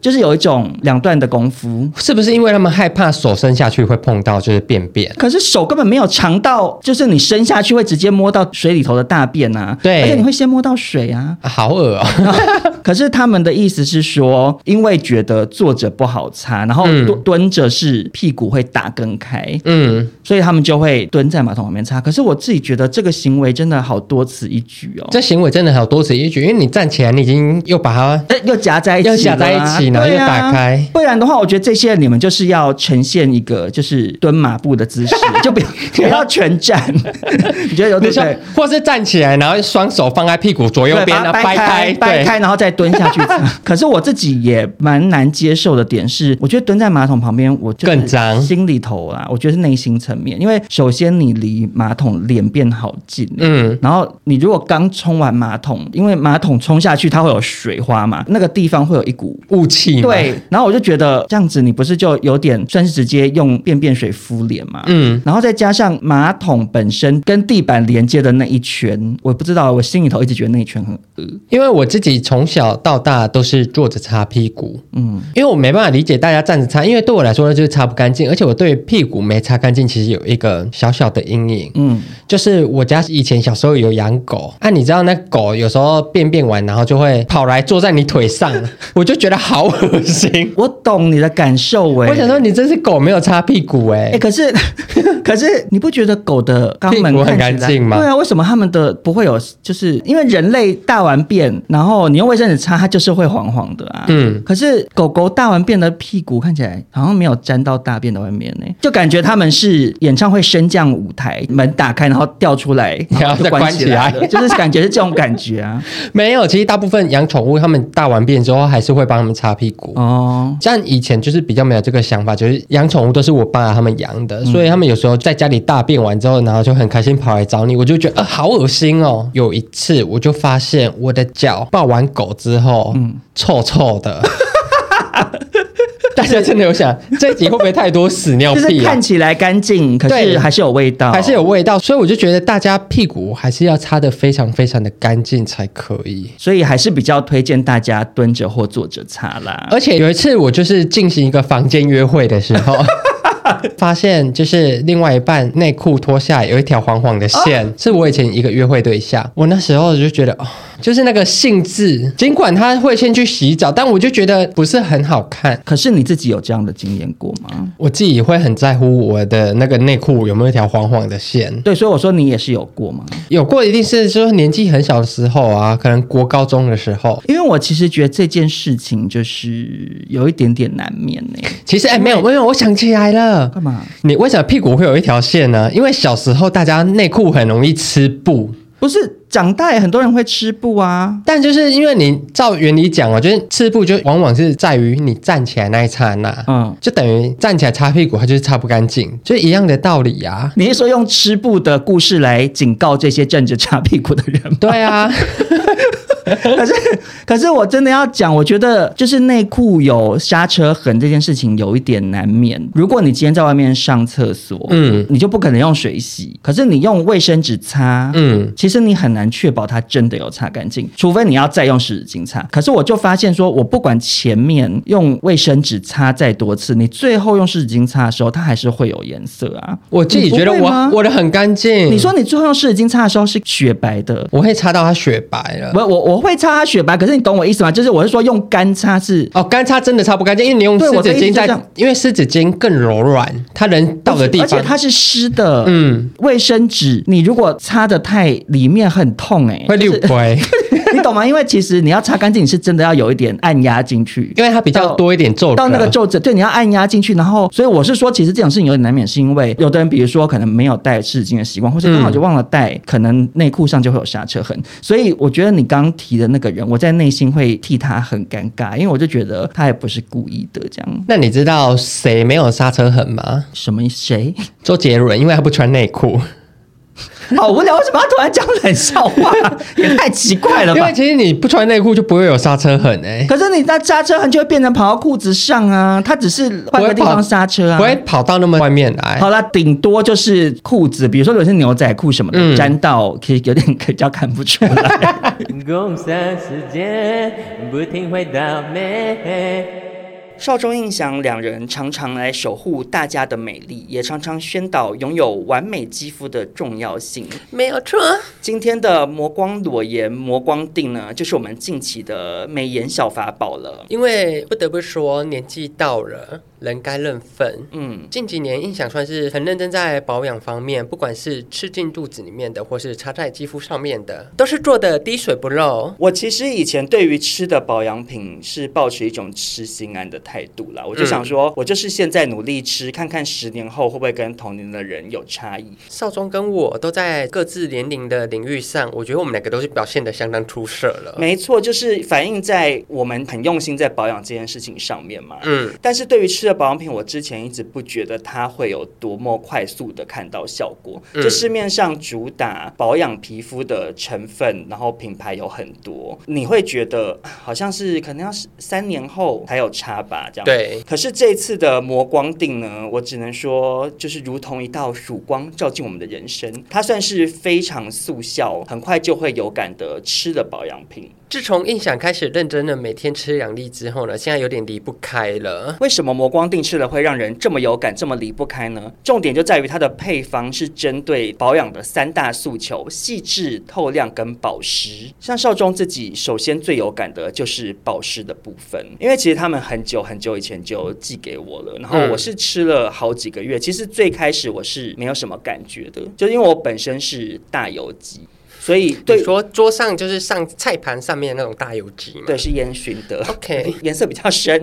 [SPEAKER 2] 就是有一种两段的功夫。
[SPEAKER 4] 是不是因为他们害怕手伸下去会碰到就是便便？
[SPEAKER 2] 可是手根本没有尝到，就是你伸下去会直接摸到水里头的大便啊，
[SPEAKER 4] 对
[SPEAKER 2] 而且你会先摸到水啊。
[SPEAKER 4] 啊好 恶哦、
[SPEAKER 2] 可是他们的意思是说，因为觉得坐着不好擦，然后
[SPEAKER 4] 嗯
[SPEAKER 2] 蹲蹲着是屁股会打更开，
[SPEAKER 4] 嗯，
[SPEAKER 2] 所以他们就会蹲在马桶旁边擦。可是我自己觉得这个行为真的好多此一举哦，
[SPEAKER 4] 这行为真的好多此一举，因为你站起来，你已经又把它
[SPEAKER 2] 哎又夹在一起了啊，
[SPEAKER 4] 又夹在一起然后又
[SPEAKER 2] 对啊
[SPEAKER 4] 打开
[SPEAKER 2] 不然的话，我觉得这些人你们就是要呈现一个就是蹲马步的姿势， 就不要不要全站， 你觉得有
[SPEAKER 4] 你
[SPEAKER 2] 点
[SPEAKER 4] 说
[SPEAKER 2] 对？，
[SPEAKER 4] 或是站起来，然后双手放在屁股左右
[SPEAKER 2] 对，
[SPEAKER 4] 边，
[SPEAKER 2] 把它
[SPEAKER 4] 然后
[SPEAKER 2] 掰
[SPEAKER 4] 掰
[SPEAKER 2] 开，掰
[SPEAKER 4] 对，
[SPEAKER 2] 开，然后再蹲下去。 可是我自己也蛮难接受的点是，我觉得蹲在马桶旁边，我就是
[SPEAKER 4] 更脏
[SPEAKER 2] 心里头啦，我觉得是内心层面，因为首先你离马桶脸变好近，
[SPEAKER 4] 嗯，
[SPEAKER 2] 然后你如果刚冲完马桶，因为马桶冲下去它会有水花嘛，那个地方会有一股。
[SPEAKER 4] 雾气嘛，
[SPEAKER 2] 对，然后我就觉得这样子，你不是就有点算是直接用便便水敷脸嘛？
[SPEAKER 4] 嗯，
[SPEAKER 2] 然后再加上马桶本身跟地板连接的那一圈，我不知道，我心里头一直觉得那一圈很恶。
[SPEAKER 4] 因为我自己从小到大都是坐着擦屁股，
[SPEAKER 2] 嗯
[SPEAKER 4] 嗯，因为我没办法理解大家站着擦，因为对我来说呢就是擦不干净，而且我对屁股没擦干净其实有一个小小的阴影，
[SPEAKER 2] 嗯，
[SPEAKER 4] 就是我家以前小时候有养狗，啊，你知道那狗有时候便便完，然后就会跑来坐在你腿上， 我就觉得好恶心。
[SPEAKER 2] 我懂你的感受哎、
[SPEAKER 4] 我想说，你真是狗没有擦屁股哎、
[SPEAKER 2] 哎、可是 可是你不觉得狗的肛门
[SPEAKER 4] 屁股很
[SPEAKER 2] 看起来
[SPEAKER 4] 干净吗
[SPEAKER 2] 对啊，为什么它们的不会有？就是因为人类大完便，然后你用卫生纸擦，它就是会黄黄的啊。
[SPEAKER 4] 嗯，
[SPEAKER 2] 可是狗狗大完便的屁股看起来好像没有沾到大便的外面呢、就感觉他们是演唱会升降舞台门打开，然后掉出来，
[SPEAKER 4] 然后再
[SPEAKER 2] 就
[SPEAKER 4] 关
[SPEAKER 2] 关
[SPEAKER 4] 起
[SPEAKER 2] 来
[SPEAKER 4] 来
[SPEAKER 2] 了，就是感觉是这种感觉啊。
[SPEAKER 4] 没有，其实大部分养宠物，他们大完便之后还是会帮他们擦屁股。
[SPEAKER 2] 哦，
[SPEAKER 4] 像以前就是比较没有这个想法，就是养宠物都是我爸他们养
[SPEAKER 2] 嗯
[SPEAKER 4] 的，所以他们有时候在家里大便完之后，然后就很开心跑来找你，我就觉得呃好恶心哦。有一次我就发现我的脚抱完狗之后，
[SPEAKER 2] 嗯
[SPEAKER 4] 臭臭 的。大家真的有想这一集会不会太多屎尿
[SPEAKER 2] 就是
[SPEAKER 4] 屁啊
[SPEAKER 2] 看？起来干净，可
[SPEAKER 4] 对
[SPEAKER 2] 是还是有味道，
[SPEAKER 4] 还是有味道，所以我就觉得大家屁股还是要擦得非常非常的干净才可以。
[SPEAKER 2] 所以还是比较推荐大家蹲着或坐着擦啦。
[SPEAKER 4] 而且有一次我就是进行一个房间约会的时候。 发现就是另外一半内裤脱下来有一条黄黄的线，是我以前一个约会对象。我那时候就觉得，哦，就是那个性质，尽管他会先去洗澡，但我就觉得不是很好看。
[SPEAKER 2] 可是你自己有这样的经验过吗？
[SPEAKER 4] 我自己会很在乎我的那个内裤有没有一条黄黄的线。
[SPEAKER 2] 对，所以我说你也是有过吗？
[SPEAKER 4] 有过一定是就是年纪很小的时候啊，可能国高中的时候。
[SPEAKER 2] 因为我其实觉得这件事情就是有一点点难免呢、
[SPEAKER 4] 其实哎、没有没有，我想起来了，
[SPEAKER 2] 干嘛？
[SPEAKER 4] 你为什么屁股会有一条线呢？因为小时候大家内裤很容易吃布，
[SPEAKER 2] 不是长大也很多人会吃布啊，
[SPEAKER 4] 但就是因为你照原理讲哦，就是吃布就往往是在于你站起来那一刹那，
[SPEAKER 2] 嗯
[SPEAKER 4] 就等于站起来擦屁股，它就是擦不干净，就一样的道理啊。
[SPEAKER 2] 你是说用吃布的故事来警告这些站着擦屁股的人吗？
[SPEAKER 4] 对啊，
[SPEAKER 2] 可是，可是我真的要讲，我觉得就是内裤有刹车痕这件事情有一点难免。如果你今天在外面上厕所，
[SPEAKER 4] 嗯
[SPEAKER 2] 嗯，你就不可能用水洗，可是你用卫生纸擦，
[SPEAKER 4] 嗯
[SPEAKER 2] 嗯，其实你很难确保它真的有擦干净，除非你要再用湿纸巾擦。可是我就发现说，我不管前面用卫生纸擦再多次，你最后用湿纸巾擦的时候，它还是会有颜色啊。
[SPEAKER 4] 我自己觉得
[SPEAKER 2] 你不会吗
[SPEAKER 4] 我我嗯的很干净。
[SPEAKER 2] 你说你最后用湿纸巾擦的时候是雪白的，
[SPEAKER 4] 我会擦到它雪白了。
[SPEAKER 2] 我我我会擦它雪白，可是你懂我意思吗？就是我是说用干擦是
[SPEAKER 4] 哦，干擦真的擦不干净，因为你用
[SPEAKER 2] 对
[SPEAKER 4] 湿
[SPEAKER 2] 我的
[SPEAKER 4] 纸
[SPEAKER 2] 意思
[SPEAKER 4] 巾
[SPEAKER 2] 是
[SPEAKER 4] 在
[SPEAKER 2] 这样，
[SPEAKER 4] 因为湿纸巾更柔软，它能到的地
[SPEAKER 2] 而且
[SPEAKER 4] 方，
[SPEAKER 2] 它是湿的，
[SPEAKER 4] 嗯
[SPEAKER 2] 嗯，卫生纸你如果擦的太里面很痛哎、
[SPEAKER 4] 会溜
[SPEAKER 2] 就是
[SPEAKER 4] 回。
[SPEAKER 2] 你懂吗？因为其实你要擦干净，你是真的要有一点按压进去，
[SPEAKER 4] 因为它比较多一点皱褶，啊
[SPEAKER 2] 到那个皱褶，对，你要按压进去，然后，所以我是说，其实这种事情有点难免，是因为有的人，比如说可能没有带湿纸巾的习惯，
[SPEAKER 4] 嗯
[SPEAKER 2] 或是刚好就忘了带，可能内裤上就会有刹车痕。所以我觉得你刚提的那个人，我在内心会替他很尴尬，因为我就觉得他也不是故意的，这样
[SPEAKER 4] 那你知道谁没有刹车痕吗？
[SPEAKER 2] 什么谁？
[SPEAKER 4] 周杰伦，因为他不穿内裤。
[SPEAKER 2] 好无哦聊，为什么要突然讲冷笑 话？也太奇怪了
[SPEAKER 4] 因
[SPEAKER 2] 吧
[SPEAKER 4] 为！其实你不穿内裤就不会有刹车痕哎、
[SPEAKER 2] 可是你那刹车痕就会变成跑到裤子上啊，他只是换个地方刹车啊，
[SPEAKER 4] 不会跑到那么外面来。
[SPEAKER 2] 好啦，顶多就是裤子，比如说有些牛仔裤什么的、
[SPEAKER 4] 嗯
[SPEAKER 2] 沾到，其实有点比较看不出 来。
[SPEAKER 5] 共享时间，不停回到美。
[SPEAKER 2] 少中印象两人常常来守护大家的美丽，也常常宣导拥有完美肌肤的重要性。
[SPEAKER 1] 没有错，啊
[SPEAKER 2] 今天的磨光裸颜、磨光定呢，就是我们近期的美颜小法宝了。
[SPEAKER 1] 因为不得不说，年纪到了，人该认份。
[SPEAKER 2] 嗯，
[SPEAKER 1] 近几年，印象算是很认真在保养方面，不管是吃进肚子里面的，或是擦在肌肤上面的，都是做的滴水不漏。
[SPEAKER 2] 我其实以前对于吃的保养品是抱持一种吃心安的态度
[SPEAKER 1] 嗯
[SPEAKER 2] 啦，我就想说，我就是现在努力吃，看看十年后会不会跟同龄的人有差异。
[SPEAKER 1] 少中跟我都在各自年龄的领域上，我觉得我们两个都是表现的相当出色了。
[SPEAKER 2] 没错，就是反映在我们很用心在保养这件事情上面嘛。
[SPEAKER 1] 嗯，
[SPEAKER 2] 但是对于吃的保养品，我之前一直不觉得它会有多么快速的看到效果。
[SPEAKER 1] 嗯
[SPEAKER 2] 就市面上主打保养皮肤的成分，然后品牌有很多，你会觉得啊好像是可能要是三年后才有差吧，这样。。
[SPEAKER 1] 对，
[SPEAKER 2] 可是这一次的磨光定呢，我只能说，就是如同一道曙光照进我们的人生，它算是非常速效，很快就会有感的吃的保养品。
[SPEAKER 1] 自从印象开始认真的每天吃两粒之后呢，现在有点离不开了。
[SPEAKER 2] 为什么磨光定吃了会让人这么有感、这么离不开呢？重点就在于它的配方是针对保养的三大诉求：细致、透亮跟保湿。像少中自己首先最有感的就是保湿的部分，因为其实他们很久很久以前就寄给我了，然后
[SPEAKER 1] 嗯
[SPEAKER 2] 我是吃了好几个所以对
[SPEAKER 4] 对，说桌上就是上菜盘上面那种大油脂嘛。
[SPEAKER 2] 对，是烟熏的。
[SPEAKER 4] OK
[SPEAKER 2] 颜色比较深，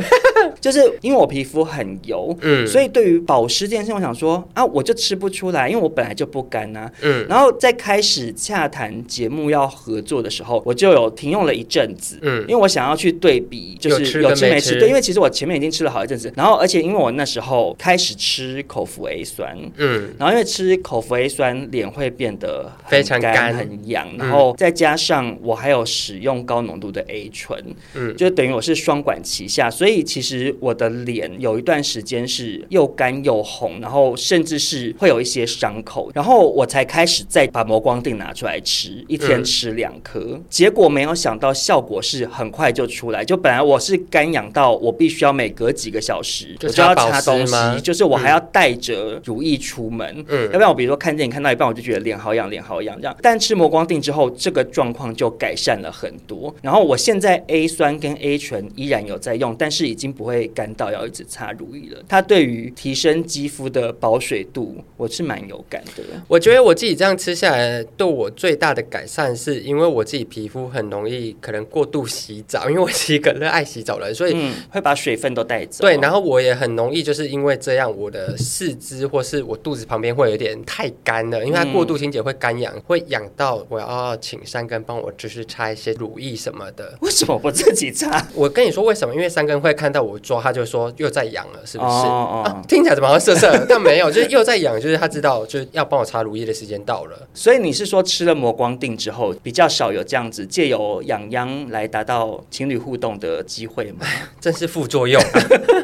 [SPEAKER 2] 就是因为我皮肤很油，
[SPEAKER 4] 嗯
[SPEAKER 2] 所以对于保湿这件事情，我想说啊，我就吃不出来，因为我本来就不干呐、
[SPEAKER 4] 嗯
[SPEAKER 2] 然后在开始洽谈节目要合作的时候，我就有停用了一阵子，
[SPEAKER 4] 嗯
[SPEAKER 2] 因为我想要去对比，就
[SPEAKER 4] 有吃
[SPEAKER 2] 是有
[SPEAKER 4] 跟
[SPEAKER 2] 吃
[SPEAKER 4] 没
[SPEAKER 2] 没
[SPEAKER 4] 吃
[SPEAKER 2] 吃，对，因为其实我前面已经吃了好一阵子，然后而且因为我那时候开始吃口服 A 酸，
[SPEAKER 4] 嗯，
[SPEAKER 2] 然后因为吃口服 A 酸，脸会变得很
[SPEAKER 4] 非常干
[SPEAKER 2] 干、很痒，然后再加上我还有使用高浓度的 A 醇，
[SPEAKER 4] 嗯
[SPEAKER 2] 嗯，就等于我是双管齐下，所以其实我的脸有一段时间是又干又红，然后甚至是会有一些伤口，然后我才开始再把磨光定拿出来吃，一天
[SPEAKER 4] 嗯
[SPEAKER 2] 吃两颗，结果没有想到效果是很快就出来，就本来我是干痒到我必须要每隔几个小时
[SPEAKER 4] 就
[SPEAKER 2] 我就要
[SPEAKER 4] 擦保
[SPEAKER 2] 擦
[SPEAKER 4] 湿
[SPEAKER 2] 东西
[SPEAKER 4] 吗，
[SPEAKER 2] 就是我还要带着乳液出门，
[SPEAKER 4] 嗯
[SPEAKER 2] 嗯，要不然我比如说看电影看到一半，我就觉得脸好痒，脸好痒这样。但吃磨光定之后，这个状况就改善了很多。然后我现在 A 酸跟 A 醇依然有在用，但是已经不会干到要一直擦乳液了。它对于提升肌肤的保水度，我是蛮有感的。
[SPEAKER 4] 我觉得我自己这样吃下来，对我最大的改善是因为我自己皮肤很容易可能过度洗澡，因为我是一个热爱洗澡的人，所以
[SPEAKER 2] 嗯，会把水分都带走。
[SPEAKER 4] 对，然
[SPEAKER 2] 后
[SPEAKER 4] 后我也很容易，就是因为这样，我的四肢或是我肚子旁边会有点太干了，因为它
[SPEAKER 2] 嗯
[SPEAKER 4] 过度清洁会干痒，会痒到我要请三根帮我就是擦一些乳液什么的。
[SPEAKER 2] 为什么不自己 擦？
[SPEAKER 4] 我跟你说为什么？因为三根会看到我抓，他就说又在痒了，是不是？
[SPEAKER 2] 哦哦
[SPEAKER 4] 啊，听起来怎么好像色色的？但没有，就是又在痒，就是他知道就是要帮我擦乳液的时间到了。
[SPEAKER 2] 所以你是说吃了磨光定之后，比较少有这样子借由痒痒来达到情侣互动的机会吗？
[SPEAKER 4] 真是副作用，啊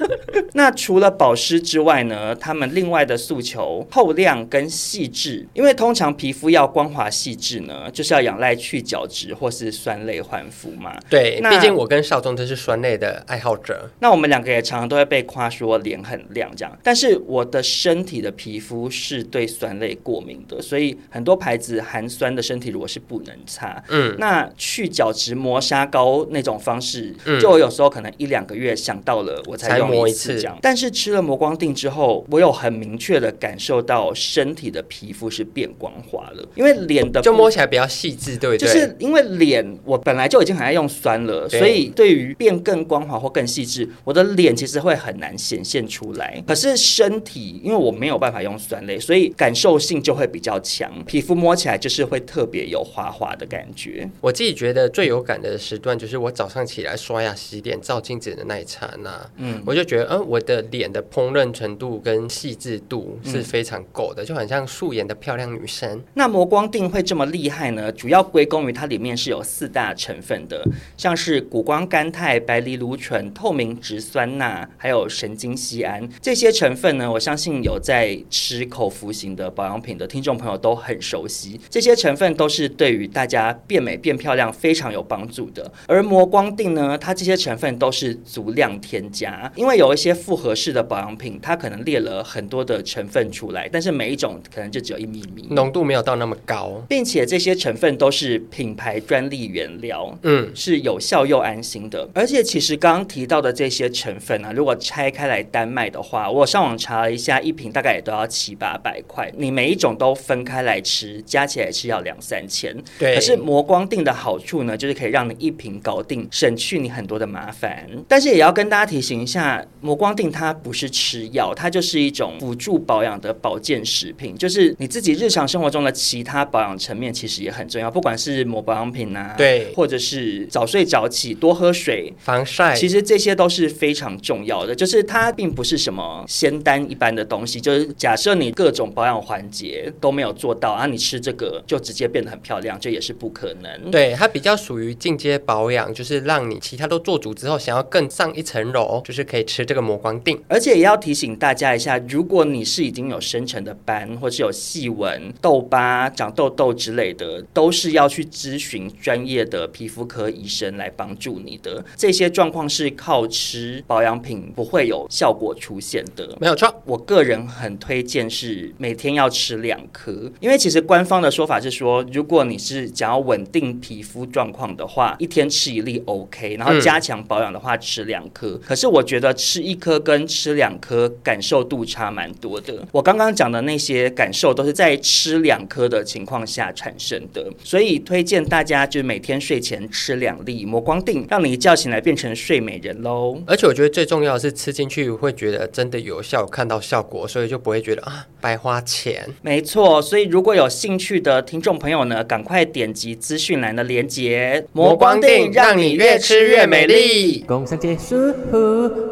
[SPEAKER 2] 那除了保湿之外呢，他们另外的诉求透亮跟细致，因为通常皮肤要光滑细致呢，就是要仰赖去角质或是酸类焕肤嘛。
[SPEAKER 4] 对，
[SPEAKER 2] 那
[SPEAKER 4] 毕竟我跟少宗都是酸类的爱好者，
[SPEAKER 2] 那我们两个也常常都会被夸说脸很亮这样，但是我的身体的皮肤是对酸类过敏的，所以很多牌子含酸的身体乳我是不能擦。
[SPEAKER 4] 嗯
[SPEAKER 2] 那去角质磨砂膏那种方式，
[SPEAKER 4] 嗯
[SPEAKER 2] 就我有时候可能一两个月想到了我
[SPEAKER 4] 才
[SPEAKER 2] 才
[SPEAKER 4] 磨
[SPEAKER 2] 用
[SPEAKER 4] 一
[SPEAKER 2] 一
[SPEAKER 4] 次
[SPEAKER 2] 次这样。但是吃了磨光定之后，我有很明确的感受到身体的皮肤是变光滑了，因为脸的
[SPEAKER 4] 就
[SPEAKER 2] 部
[SPEAKER 4] 摸起来比较细致，对不对？
[SPEAKER 2] 就是因为脸，我本来就已经很爱用酸了，
[SPEAKER 4] 对
[SPEAKER 2] 所以对于变更光滑或更细致，我的脸其实会很难显现出来。可是身体，因为我没有办法用酸类，所以感受性就会比较强，皮肤摸起来就是会特别有滑滑的感觉。
[SPEAKER 4] 我自己觉得最有感的时段就是我早上起来刷牙、洗脸、照镜子的那一刹那，嗯，我就觉得，嗯、我的脸的烹饪程度跟细致度
[SPEAKER 2] 嗯
[SPEAKER 4] 是非常够的，就很像素颜的漂亮女生。
[SPEAKER 2] 那磨光定会这么厉害呢？主要归功于它里面是有四大成分的，像是谷胱甘肽、白藜芦醇、透明质酸钠，还有神经酰胺这些成分呢，我相信有在吃口服型的保养品的听众朋友都很熟悉。这些成分都是对于大家变美变漂亮非常有帮助的。而磨光定呢，它这些成分都是足量添加，因为有一些复合式的保养品，它可能列了很多的成分出来，但是每一种可能就只有一咪咪。
[SPEAKER 4] 浓度没有到那么高，
[SPEAKER 2] 并且这些成分都是品牌专利原料。
[SPEAKER 4] 嗯，
[SPEAKER 2] 是有效又安心的，而且其实刚刚提到的这些成分啊，如果拆开来单卖的话，我上网查了一下，一瓶大概也都要七八百块。你每一种都分开来吃，加起来是要两三千。
[SPEAKER 4] 对
[SPEAKER 2] 可是磨光定的好处呢，就是可以让你一瓶搞定，省去你很多的麻烦。但是也要跟大家提醒一下，磨光定它不是吃药，它就是一种辅助保养的保健食品，就是你自己日常生活中的其他保养层面其实也很重要，不管是抹保养品啊，
[SPEAKER 4] 对
[SPEAKER 2] 或者是早睡早起、多喝水。
[SPEAKER 4] 防晒。
[SPEAKER 2] 其实这些都是非常重要的，就是它并不是什么仙丹一般的东西。就是假设你各种保养环节都没有做到，啊，你吃这个就直接变得很漂亮，这也是不可能。
[SPEAKER 4] 对它比较属于进阶保养，就是让你其他都做足之后，想要更上一层楼，就是可以吃这个磨光定。
[SPEAKER 2] 而且也要提醒大家一下，如果你是已经有深层的斑，或是有细纹、痘疤、长痘痘之类的，都是要去咨询专业的皮肤科医生来帮助你的。这些状况是靠吃保养品不会有效果出现的。
[SPEAKER 4] 没有错，
[SPEAKER 2] 我个人很推荐是每天要吃两颗，因为其实官方的说法是说，如果你是想要稳定皮肤状况的话，一天吃一粒 OK，然后加强保养的话吃两颗。可是我觉得吃一一颗跟吃两颗感受度差蛮多的。我刚刚讲的那些感受都是在吃两颗的情况下产生的，所以推荐大家就每天睡前吃两粒磨光定，让你一觉醒来变成睡美人喽。
[SPEAKER 6] 而且我觉得最重要的是吃进去会觉得真的有效，看到效果，所以就不会觉得啊白花钱。
[SPEAKER 2] 没错，所以如果有兴趣的听众朋友呢，赶快点击资讯栏的链接。
[SPEAKER 6] 磨光定让你越吃越美丽。
[SPEAKER 7] 工商结束，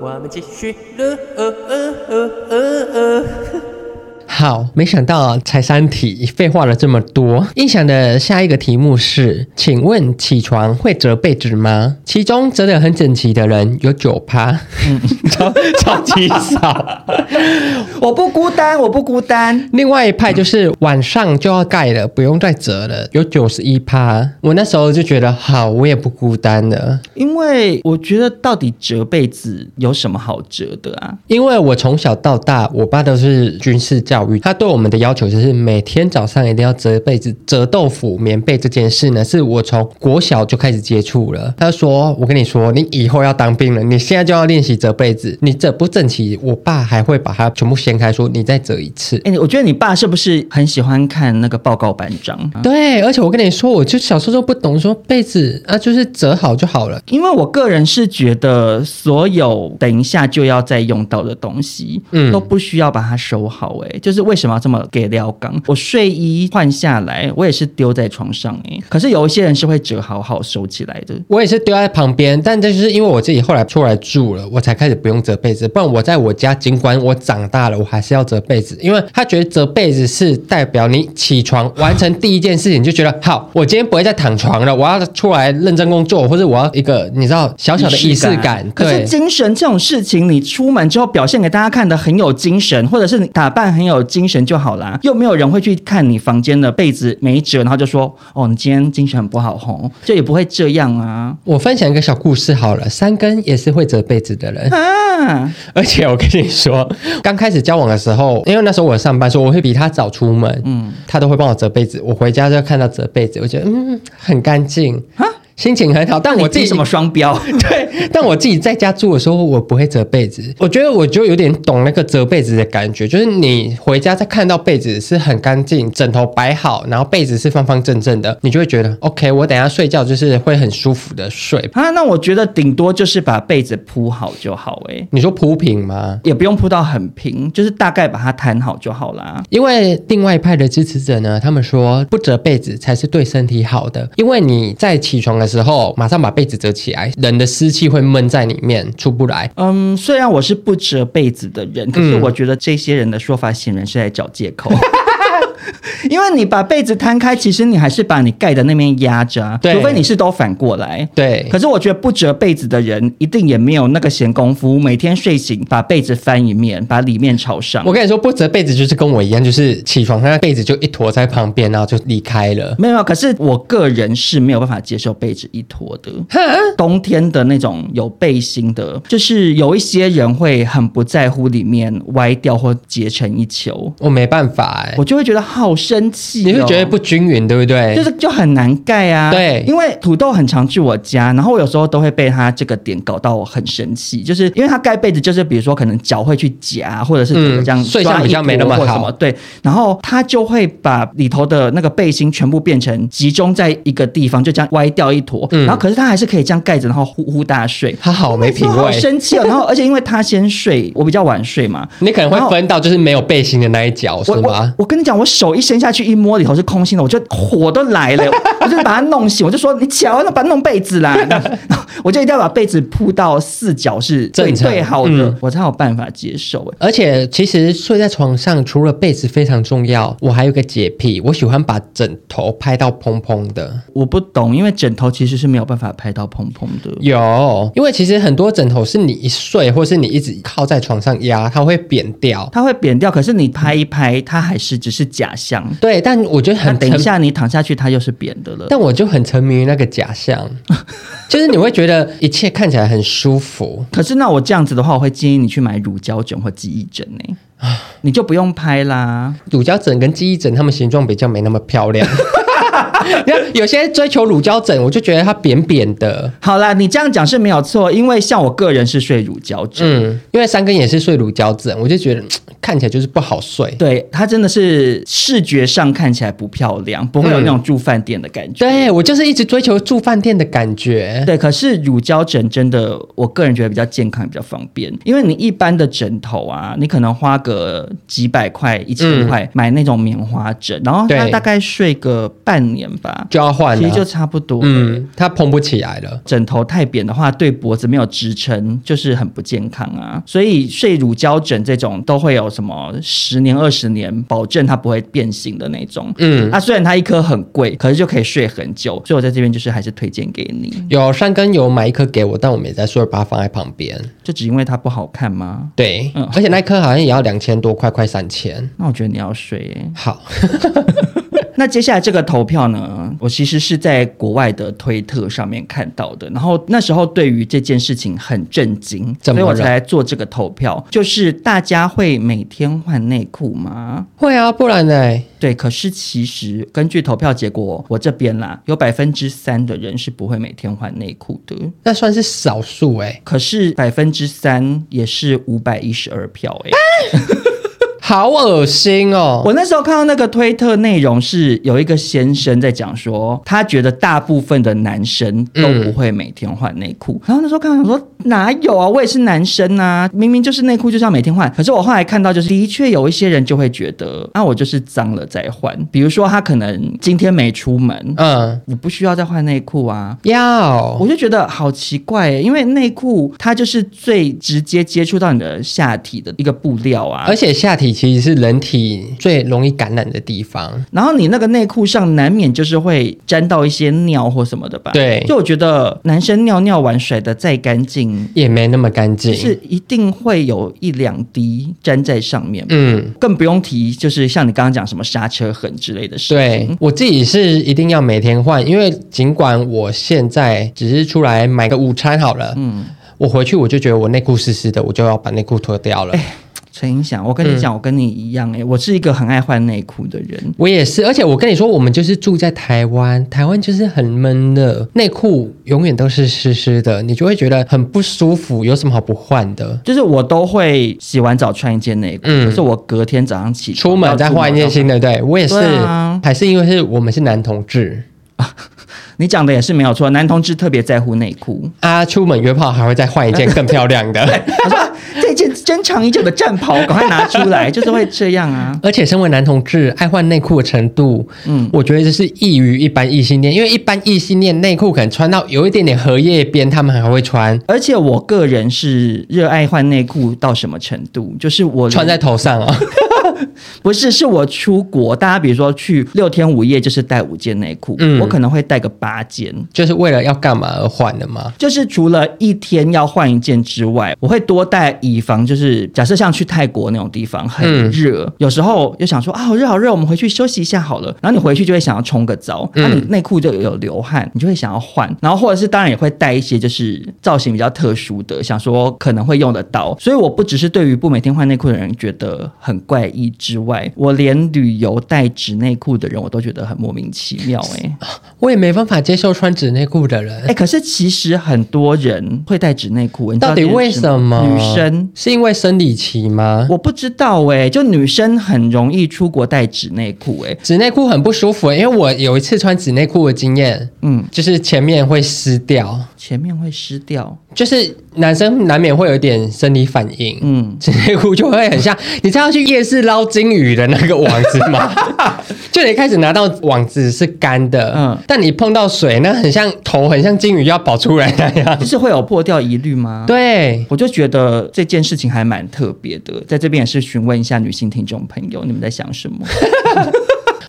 [SPEAKER 7] 我们继续录。哦哦哦哦哦
[SPEAKER 4] 好，没想到啊才三题，废话了这么多。印象的下一个题目是：请问起床会折被子吗？其中折得很整齐的人有九趴， 超超级少。
[SPEAKER 5] 我不孤单，我不孤单。
[SPEAKER 4] 另外一派就是晚上就要盖了，不用再折了，有九十一趴。我那时候就觉得好，我也不孤单了，
[SPEAKER 5] 因为我觉得到底折被子有什么好折的啊？
[SPEAKER 4] 因为我从小到大，我爸都是军事教育，他对我们的要求就是每天早上一定要折被子、折豆腐、棉被这件事呢，是我从国小就开始接触了。他说：“我跟你说，你以后要当兵了，你现在就要练习折被子，你折不整齐，我爸还会把它全部掀开，说你再折一次。”
[SPEAKER 5] 哎、我觉得你爸是不是很喜欢看那个报告班章？
[SPEAKER 4] 对，而且我跟你说，我就小时候就不懂，说被子啊，就是折好就好了。
[SPEAKER 5] 因为我个人是觉得，所有等一下就要再用到的东西，
[SPEAKER 4] 嗯
[SPEAKER 5] 都不需要把它收好、欸。就是为什么要这么给撩缸？我睡衣换下来，我也是丢在床上、欸，可是有一些人是会折好好收起来的。
[SPEAKER 4] 我也是丢在旁边，但这就是因为我自己后来出来住了，我才开始不用折被子。不然我在我家，尽管我长大了，我还是要折被子，因为他觉得折被子是代表你起床完成第一件事情，就觉得好，我今天不会再躺床了，我要出来认真工作，或者我要一个你知道小小的仪式感。
[SPEAKER 5] 可是
[SPEAKER 4] 对，
[SPEAKER 5] 精神这种事情，你出门之后表现给大家看的很有精神，或者是你打扮很有精神就好啦。又没有人会去看你房间的被子没折，然后就说哦，你今天精神很不好吼，这也不会这样啊。
[SPEAKER 4] 我分享一个小故事好了，三根也是会折被子的人。
[SPEAKER 5] 啊，
[SPEAKER 4] 而且我跟你 说，刚开始交往的时候，因为那时候我上班，所以我会比他早出门，嗯，他都会帮我折被子。我回家就看到折被子，我觉得嗯很干净，心情很好。但我
[SPEAKER 5] 我
[SPEAKER 4] 自
[SPEAKER 5] 自己
[SPEAKER 4] 己
[SPEAKER 5] 什么双标？
[SPEAKER 4] 对，但我自己在家住的时候，我不会折被子。我觉得我就有点懂那个折被子的感觉，就是你回家再看到被子是很干净，枕头摆好，然后被子是方方正正的，你就会觉得 OK，我等一下睡觉就是会很舒服的睡。
[SPEAKER 5] 啊，那我觉得顶多就是把被子铺好就好、欸，
[SPEAKER 4] 你说铺平吗？
[SPEAKER 5] 也不用铺到很平，就是大概把它摊好就好啦。
[SPEAKER 4] 因为另外一派的支持者呢，他们说不折被子才是对身体好的，因为你在起床的时候马上把被子折起来，人的湿气会闷在里面出不来。
[SPEAKER 5] 嗯，虽然我是不折被子的
[SPEAKER 4] 嗯
[SPEAKER 5] 人，可是我觉得这些人的说法显然是在找借口。 因为你把被子摊开，其实你还是把你盖的那面压着、啊，
[SPEAKER 4] 对
[SPEAKER 5] 除非你是都反过来。
[SPEAKER 4] 对
[SPEAKER 5] 可，是我觉得不折被子的人，一定也没有那个闲工夫，每天睡醒把被子翻一面，把里面朝上
[SPEAKER 4] 我。跟你说，不折被子就是跟我一样，就是起床那被子就一坨在旁边，然后就离开了。
[SPEAKER 5] 没有，啊可是我个人是没有办法接受被子一坨的。冬天的那种有背心的，就是有一些人会很不在乎里面歪掉或结成一球，
[SPEAKER 4] 我没办法哎、
[SPEAKER 5] 我就会觉得好生气、哦。
[SPEAKER 4] 你会觉得不？均匀，对不对？
[SPEAKER 5] 就是就很难盖啊，
[SPEAKER 4] 对
[SPEAKER 5] 因为土豆很常去我家，然后我有时候都会被他这个点搞到我很生气，就是因为他盖被子，就是比如说可能脚会去夹，或者是
[SPEAKER 4] 嗯
[SPEAKER 5] 怎么这样
[SPEAKER 4] 睡
[SPEAKER 5] 抓
[SPEAKER 4] 相比较
[SPEAKER 5] 一坨
[SPEAKER 4] 没那么
[SPEAKER 5] 或什
[SPEAKER 4] 好
[SPEAKER 5] 对，然后他就会把里头的那个背心全部变成集中在一个地方，就这样歪掉一坨，
[SPEAKER 4] 嗯
[SPEAKER 5] 然后可是他还是可以这样盖着，然后呼呼大睡，
[SPEAKER 4] 他好没品
[SPEAKER 5] 我好
[SPEAKER 4] 味，
[SPEAKER 5] 生气哦。然后而且因为他先睡，我比较晚睡嘛，
[SPEAKER 4] 你可能会
[SPEAKER 5] 然后
[SPEAKER 4] 分到就是没有背心的那一角，是
[SPEAKER 5] 我我
[SPEAKER 4] 吗？
[SPEAKER 5] 我跟你讲，我手一伸下去，一摸里头是空心的，我就火都来 了，我就把它弄醒，我就说你起来，我要把它弄被子啦，然后然后我就一定要把被子铺到四角是对
[SPEAKER 4] 正常
[SPEAKER 5] 对好的，
[SPEAKER 4] 嗯
[SPEAKER 5] 我才有办法接受。哎
[SPEAKER 4] 而且其实睡在床上，除了被子非常重要，我还有个洁癖，我喜欢把枕头拍到蓬蓬的。
[SPEAKER 5] 我不懂，因为枕头其实是没有办法拍到蓬蓬的。
[SPEAKER 4] 有，因为其实很多枕头是你一睡，或是你一直靠在床上压，它会扁掉。
[SPEAKER 5] 它会扁掉，可是你拍一拍，它还是只是假象。
[SPEAKER 4] 对，但我觉得
[SPEAKER 5] 那
[SPEAKER 4] 很
[SPEAKER 5] 等一
[SPEAKER 4] 沉
[SPEAKER 5] 下你躺下去，它又是扁的了。
[SPEAKER 4] 但我就很沉迷于那个假象， 就是你会觉得一切看起来很舒服。
[SPEAKER 5] 可是那我这样子的话，我会建议你去买乳胶枕或记忆枕呢、
[SPEAKER 4] 啊
[SPEAKER 5] 你就不用拍啦。
[SPEAKER 4] 乳胶枕跟记忆枕，它们形状比较没那么漂亮。 你看有些追求乳胶枕，我就觉得它扁扁的。
[SPEAKER 5] 好啦，你这样讲是没有错，因为像我个人是睡乳胶枕，
[SPEAKER 4] 嗯，因为三根也是睡乳胶枕，我就觉得嘖看起来就是不好睡。
[SPEAKER 5] 对它真的是视觉上看起来不漂亮，不会有那种住饭店的感觉。
[SPEAKER 4] 对我就是一直追求住饭店的感觉。
[SPEAKER 5] 对，可是乳胶枕真的，我个人觉得比较健康，也比较方便。因为你一般的枕头啊，你可能花个几百块、一千块、买那种棉花枕，然后它
[SPEAKER 4] 对
[SPEAKER 5] 大概睡个半年吧，
[SPEAKER 4] 就要换
[SPEAKER 5] 其
[SPEAKER 4] 了，
[SPEAKER 5] 实就差不多。嗯。
[SPEAKER 4] 嗯，它蓬不起来了。
[SPEAKER 5] 枕头太扁的话，对脖子没有支撑，就是很不健康啊。所以睡乳胶枕这种都会有什么十年、二十年，保证它不会变形的那种。嗯，啊，虽然它一颗很贵，可是就可以睡很久。所以我在这边就是还是推荐给你。
[SPEAKER 4] 有山根有买一颗给我，但我没在睡，把它放在旁边。
[SPEAKER 5] 就只因为它不好看吗？
[SPEAKER 4] 对，而且那颗好像也要两千多块，快三千。
[SPEAKER 5] 那我觉得你要睡耶、
[SPEAKER 4] 好，
[SPEAKER 5] 那接下来这个投票呢，我其实是在国外的推特上面看到的，然后那时候对于这件事情很震惊，
[SPEAKER 4] 怎
[SPEAKER 5] 所
[SPEAKER 4] 么
[SPEAKER 5] 以
[SPEAKER 4] 了
[SPEAKER 5] 我才来做这个投票。就是大家会每天换内裤吗？
[SPEAKER 4] 会啊，不然呢？
[SPEAKER 5] 对，可是其实根据投票结果，我这边啦，有百分之三的人是不会每天换内裤的。
[SPEAKER 4] 那算是少数哎、
[SPEAKER 5] 可是百分之三也是五百一十二票哎、
[SPEAKER 4] 好恶心哦！
[SPEAKER 5] 我那时候看到那个推特内容是有一个先生在讲说，他觉得大部分的男生都
[SPEAKER 4] 嗯
[SPEAKER 5] 不会每天换内裤。然后那时候看到想说哪有啊，我也是男生啊，明明就是内裤就是要每天换。可是我后来看到就是的确有一些人就会觉得，啊我就是脏了再换。比如说他可能今天没出门，
[SPEAKER 4] 嗯，
[SPEAKER 5] 我不需要再换内裤啊。
[SPEAKER 4] 要
[SPEAKER 5] 我就觉得好奇怪、欸，因为内裤它就是最直接接触到你的下体的一个布料啊，
[SPEAKER 4] 而且下体其实是人体最容易感染的地方。
[SPEAKER 5] 然后你那个内裤上难免就是会沾到一些尿或什么的吧？
[SPEAKER 4] 对
[SPEAKER 5] 就我觉得男生尿尿完甩的再干净，
[SPEAKER 4] 也没那么干净。
[SPEAKER 5] 就是一定会有一两滴沾在上面，
[SPEAKER 4] 嗯，
[SPEAKER 5] 更不用提就是像你刚刚讲什么刹车痕之类的事
[SPEAKER 4] 对
[SPEAKER 5] 情。
[SPEAKER 4] 我自己是一定要每天换，因为尽管我现在只是出来买个午餐好了，嗯，我回去我就觉得我内裤湿湿的，我就要把内裤脱掉了。
[SPEAKER 5] 陈英想，我跟
[SPEAKER 4] 嗯
[SPEAKER 5] 你讲，我跟你一样、欸，我是一个很爱换内裤的人。
[SPEAKER 4] 我也是，而且我跟你说，我们就是住在台湾，台湾就是很闷的，内裤永远都是湿湿的，你就会觉得很不舒服。有什么好不换的？
[SPEAKER 5] 就是我都会洗完澡穿一件内裤，可是我隔天早上起
[SPEAKER 4] 嗯哦出门再换一件新
[SPEAKER 5] 的。
[SPEAKER 4] 的，对我也是，
[SPEAKER 5] 对啊
[SPEAKER 4] 还是因为是我们是男同志
[SPEAKER 5] 你讲的也是没有错，男同志特别在乎内裤。
[SPEAKER 4] 啊，出门约炮还会再换一件更漂亮的。
[SPEAKER 5] 他说啊 这件真长衣这个战袍，赶快拿出来，就是会这样啊。
[SPEAKER 4] 而且身为男同志，爱换内裤的程度，嗯，我觉得这是异于一般异性恋，因为一般异性恋内裤可能穿到有一点点荷叶边，他们还会穿
[SPEAKER 5] 而且我个人是热爱换内裤到什么程度，就是我
[SPEAKER 4] 穿在头上啊、哦。
[SPEAKER 5] 不是是我出国，大家比如说去六天五夜，就是带五件内裤，
[SPEAKER 4] 嗯
[SPEAKER 5] 我可能会带个八件。
[SPEAKER 4] 就是为了要干嘛而换的吗？
[SPEAKER 5] 就是除了一天要换一件之外，我会多带，以防就是假设像去泰国那种地方很热，有时候又想说啊好热好热，我们回去休息一下好了。然后你回去就会想要冲个澡，那、你内裤就有流汗，你就会想要换。然后或者是当然也会带一些就是造型比较特殊的，想说可能会用得到。所以我不只是对于不每天换内裤的人觉得很怪异之外，我连旅游带纸内裤的人我都觉得很莫名其妙哎、
[SPEAKER 4] 我也没办法接受穿纸内裤的人。
[SPEAKER 5] 哎、可是其实很多人会带纸内裤，你知道
[SPEAKER 4] 到底
[SPEAKER 5] 这件
[SPEAKER 4] 为
[SPEAKER 5] 事
[SPEAKER 4] 什
[SPEAKER 5] 吗
[SPEAKER 4] 么？
[SPEAKER 5] 女生？
[SPEAKER 4] 是因为生理期吗？
[SPEAKER 5] 我不知道哎、就女生很容易出国带纸内裤哎，
[SPEAKER 4] 纸内裤很不舒服、因为我有一次穿纸内裤的经验，
[SPEAKER 5] 嗯，
[SPEAKER 4] 就是前面会湿掉，
[SPEAKER 5] 前面会湿掉，
[SPEAKER 4] 就是男生难免会有一点生理反应，
[SPEAKER 5] 嗯，
[SPEAKER 4] 纸内裤就会很像你知道去夜市捞金鱼的那个网子 吗？就你开始拿到网子是干的，
[SPEAKER 5] 嗯
[SPEAKER 4] 嗯，但你碰到水，那很像头，很像金鱼要跑出来那样
[SPEAKER 5] 就。是会有破掉疑虑吗？。
[SPEAKER 4] 对，
[SPEAKER 5] 我就觉得这件事情还蛮特别的，在这边也是询问一下女性听众朋友，你们在想什么？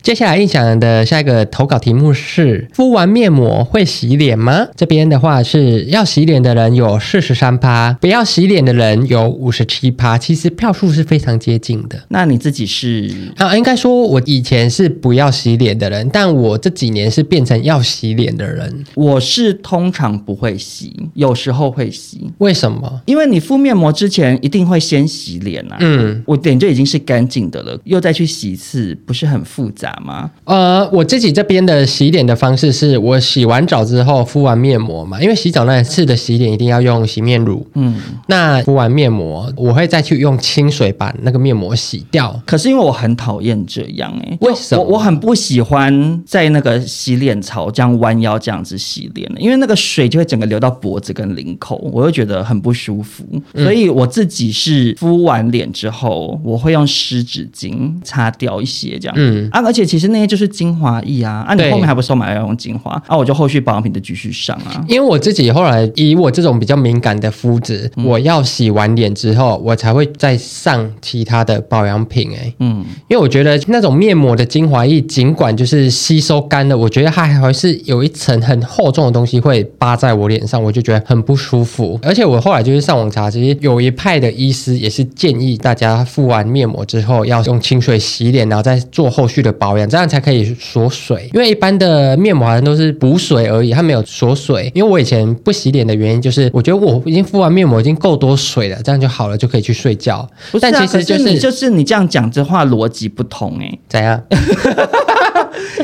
[SPEAKER 4] 接下来印象的下一个投稿题目是：敷完面膜会洗脸吗？这边的话是要洗脸的人有四十三趴，不要洗脸的人有五十七趴，其实票数是非常接近的。
[SPEAKER 5] 那你自己是
[SPEAKER 4] 啊，应该说，我以前是不要洗脸的人，但我这几年是变成要洗脸的人。
[SPEAKER 5] 我是通常不会洗，有时候会洗，
[SPEAKER 4] 为什么？
[SPEAKER 5] 因为你敷面膜之前一定会先洗脸啊。
[SPEAKER 4] 嗯，
[SPEAKER 5] 我脸就已经是干净的了，又再去洗一次，不是很复杂吗？
[SPEAKER 4] 呃，我自己这边的洗脸的方式是我洗完澡之后敷完面膜嘛，因为洗澡那一次的洗脸一定要用洗面乳。
[SPEAKER 5] 嗯，
[SPEAKER 4] 那敷完面膜，我会再去用清水把那个面膜洗掉。
[SPEAKER 5] 可是因为我很讨厌这样哎、欸，
[SPEAKER 4] 为
[SPEAKER 5] 就
[SPEAKER 4] 什么
[SPEAKER 5] 我我很不喜欢在那个洗脸槽这样弯腰这样子洗脸，因为那个水就会整个流到脖子跟领口，我就觉得很不舒服。
[SPEAKER 4] 嗯
[SPEAKER 5] 所以我自己是敷完脸之后，我会用湿纸巾擦掉一些这样。
[SPEAKER 4] 嗯
[SPEAKER 5] 啊，而且其实那些就是精华液啊，啊，你
[SPEAKER 4] 对
[SPEAKER 5] 后面还不是说买要用精华啊，我就后续保养品就继续上啊。
[SPEAKER 4] 因为我自己后来以我这种比较敏感的肤质，我要洗完脸之后，我才会再上其他的保养品、欸。
[SPEAKER 5] 嗯，
[SPEAKER 4] 因为我觉得那种面膜的精华液，尽管就是吸收干了，我觉得它还是有一层很厚重的东西会扒在我脸上，我就觉得很不舒服。而且我后来就是上网查，其实有一派的医师也是建议大家敷完面膜之后要用清水洗脸，然后再做后续的保养，这样才可以锁水。因为一般的面膜好像都是补水而已，它没有锁水。因为我以前不洗脸的原因就是，我觉得我已经敷完面膜已经够多水了，这样就好了，就可以去睡觉。
[SPEAKER 5] 不是、啊，
[SPEAKER 4] 但其实
[SPEAKER 5] 可
[SPEAKER 4] 就是
[SPEAKER 5] 你就是你这样讲这话逻辑不通哎、
[SPEAKER 4] 怎样？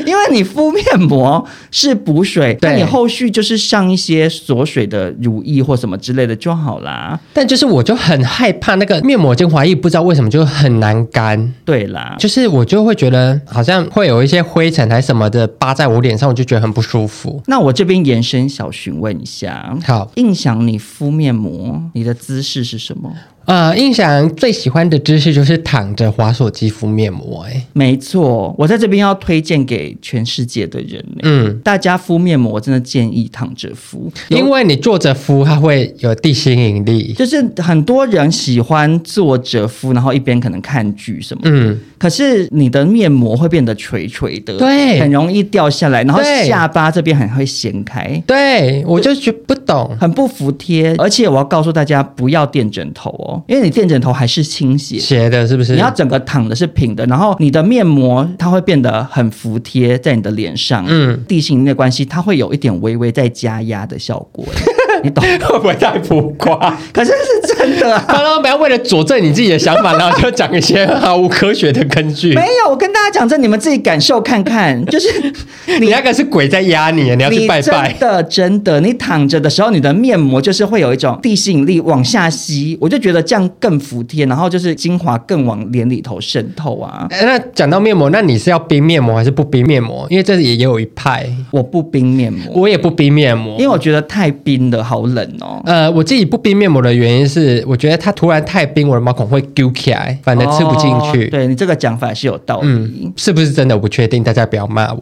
[SPEAKER 5] 因为你敷面膜是补水，
[SPEAKER 4] 对
[SPEAKER 5] 但你后续就是上一些锁水的乳液或什么之类的就好啦。
[SPEAKER 4] 但就是我就很害怕那个面膜精华液，不知道为什么就很难干，
[SPEAKER 5] 对啦，
[SPEAKER 4] 就是我就会觉得好像会有一些灰尘还什么的扒在我脸上，我就觉得很不舒服。
[SPEAKER 5] 那我这边延伸小询问一下，
[SPEAKER 4] 好，
[SPEAKER 5] 印象你敷面膜，你的姿势是什么？
[SPEAKER 4] 呃，印象最喜欢的姿势就是躺着滑手肌敷面膜、欸，
[SPEAKER 5] 没错，我在这边要推荐给全世界的人、欸，
[SPEAKER 4] 嗯，
[SPEAKER 5] 大家敷面膜真的建议躺着敷，
[SPEAKER 4] 因为你坐着敷，它会有地心引力，
[SPEAKER 5] 就是很多人喜欢坐着敷，然后一边可能看剧什么的。
[SPEAKER 4] 嗯，
[SPEAKER 5] 可是你的面膜会变得垂垂的，
[SPEAKER 4] 对
[SPEAKER 5] 很容易掉下来，然后
[SPEAKER 4] 对
[SPEAKER 5] 下巴这边很会掀开，
[SPEAKER 4] 对我就觉得不懂，
[SPEAKER 5] 很不服帖。而且我要告诉大家，不要垫枕头哦，因为你垫枕头还是倾斜。
[SPEAKER 4] 斜的是不是？
[SPEAKER 5] 你要整个躺的是平的，然后你的面膜它会变得很服帖在你的脸上，
[SPEAKER 4] 嗯，
[SPEAKER 5] 地心引力的关系，它会有一点微微在加压的效果， 你懂？
[SPEAKER 4] 会不会太浮夸？
[SPEAKER 5] 可是是真的、啊，
[SPEAKER 4] 他们不要为了佐证你自己的想法，然后就讲一些毫无科学的根据。
[SPEAKER 5] 没有，我跟大家讲这，你们自己感受看看，就是
[SPEAKER 4] 你那个是鬼在压你，你要去拜拜
[SPEAKER 5] 真。的真的，你躺着的时候，你的面膜就是会有一种地心引力往下吸，我就觉得这样更服帖，然后就是精华更往脸里头渗透啊。
[SPEAKER 4] 哎那讲到面膜，那你是要冰面膜还是不冰面膜？因为这也有一派，
[SPEAKER 5] 我不冰面膜，
[SPEAKER 4] 我也不冰面膜，
[SPEAKER 5] 因为我觉得太冰了，好冷哦。
[SPEAKER 4] 呃，我自己不冰面膜的原因是，我觉得它突然太冰，我的毛孔会揪起来，反正吃不进去。
[SPEAKER 5] 哦对你这个讲法是有道理。
[SPEAKER 4] 嗯，是不是真的？我不确定，大家不要骂 我。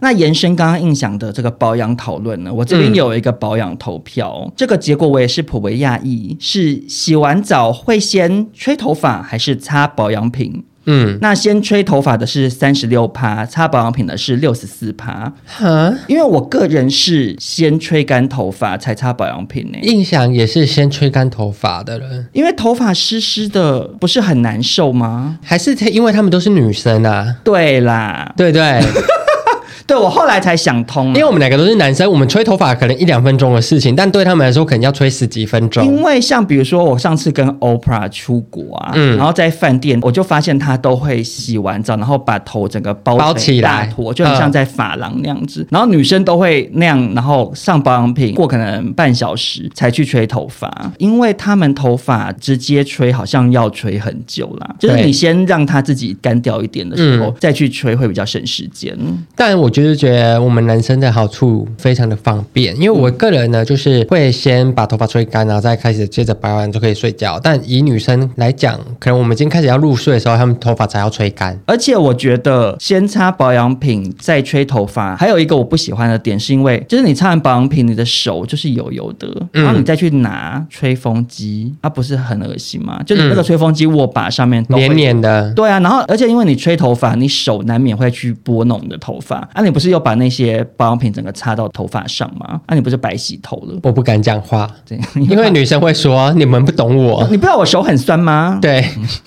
[SPEAKER 5] 那延伸刚刚印象的这个保养讨论呢，我这边有一个保养投票，
[SPEAKER 4] 嗯
[SPEAKER 5] 这个结果我也是颇为讶异，是洗完澡会先吹头发还是擦保养品？
[SPEAKER 4] 嗯，
[SPEAKER 5] 那先吹头发的是三十六趴，擦保养品的是六十四趴。
[SPEAKER 4] 哈，
[SPEAKER 5] 因为我个人是先吹干头发才擦保养品呢、
[SPEAKER 4] 印象也是先吹干头发的人，
[SPEAKER 5] 因为头发湿湿的不是很难受吗？
[SPEAKER 4] 还是因为他们都是女生啊？
[SPEAKER 5] 对啦，
[SPEAKER 4] 对不 对，
[SPEAKER 5] 对我后来才想通啊，
[SPEAKER 4] 因为我们两个都是男生，我们吹头发可能一两分钟的事情，但对他们来说可能要吹十几分
[SPEAKER 5] 因
[SPEAKER 4] 钟。
[SPEAKER 5] 为像比如说我上次跟 OPRA 出国啊，
[SPEAKER 4] 嗯
[SPEAKER 5] 然后在饭店我就发现她都会洗完澡，然后把头整个包
[SPEAKER 4] 包
[SPEAKER 5] 成
[SPEAKER 4] 起
[SPEAKER 5] 一大
[SPEAKER 4] 来
[SPEAKER 5] 坨，就很像在发廊那样子。然后女生都会那样，然后上保养品过可能半小时才去吹头发，因为她们头发直接吹好像要吹很久啦，就是
[SPEAKER 4] 对嗯
[SPEAKER 5] 你先让它自己干掉一点的时候、再去吹会比较省时间。
[SPEAKER 4] 但我就是觉得我们男生的好处非常的方便，因为我个人呢，就是会先把头发吹干，然后再开始接着保养就可以睡觉。但以女生来讲，可能我们已经开始要入睡的时候，她们头发才要吹干。
[SPEAKER 5] 而且我觉得先擦保养品再吹头发，还有一个我不喜欢的点是因为，就是你擦完保养品，你的手就是油油的，
[SPEAKER 4] 嗯
[SPEAKER 5] 然后你再去拿吹风机，啊，不是很恶心吗？就你那个
[SPEAKER 4] 嗯
[SPEAKER 5] 吹风机握把上面都会
[SPEAKER 4] 黏。黏的，
[SPEAKER 5] 对啊，然后而且因为你吹头发，你手难免会去拨弄你的头发，啊，你不是又把那些保养品整个擦到头发上吗？啊，你不是白洗头了？
[SPEAKER 4] 我不敢讲话，
[SPEAKER 5] 这样，
[SPEAKER 4] 因为女生会说你们不懂我。
[SPEAKER 5] 你不知道我手很酸吗？
[SPEAKER 4] 对，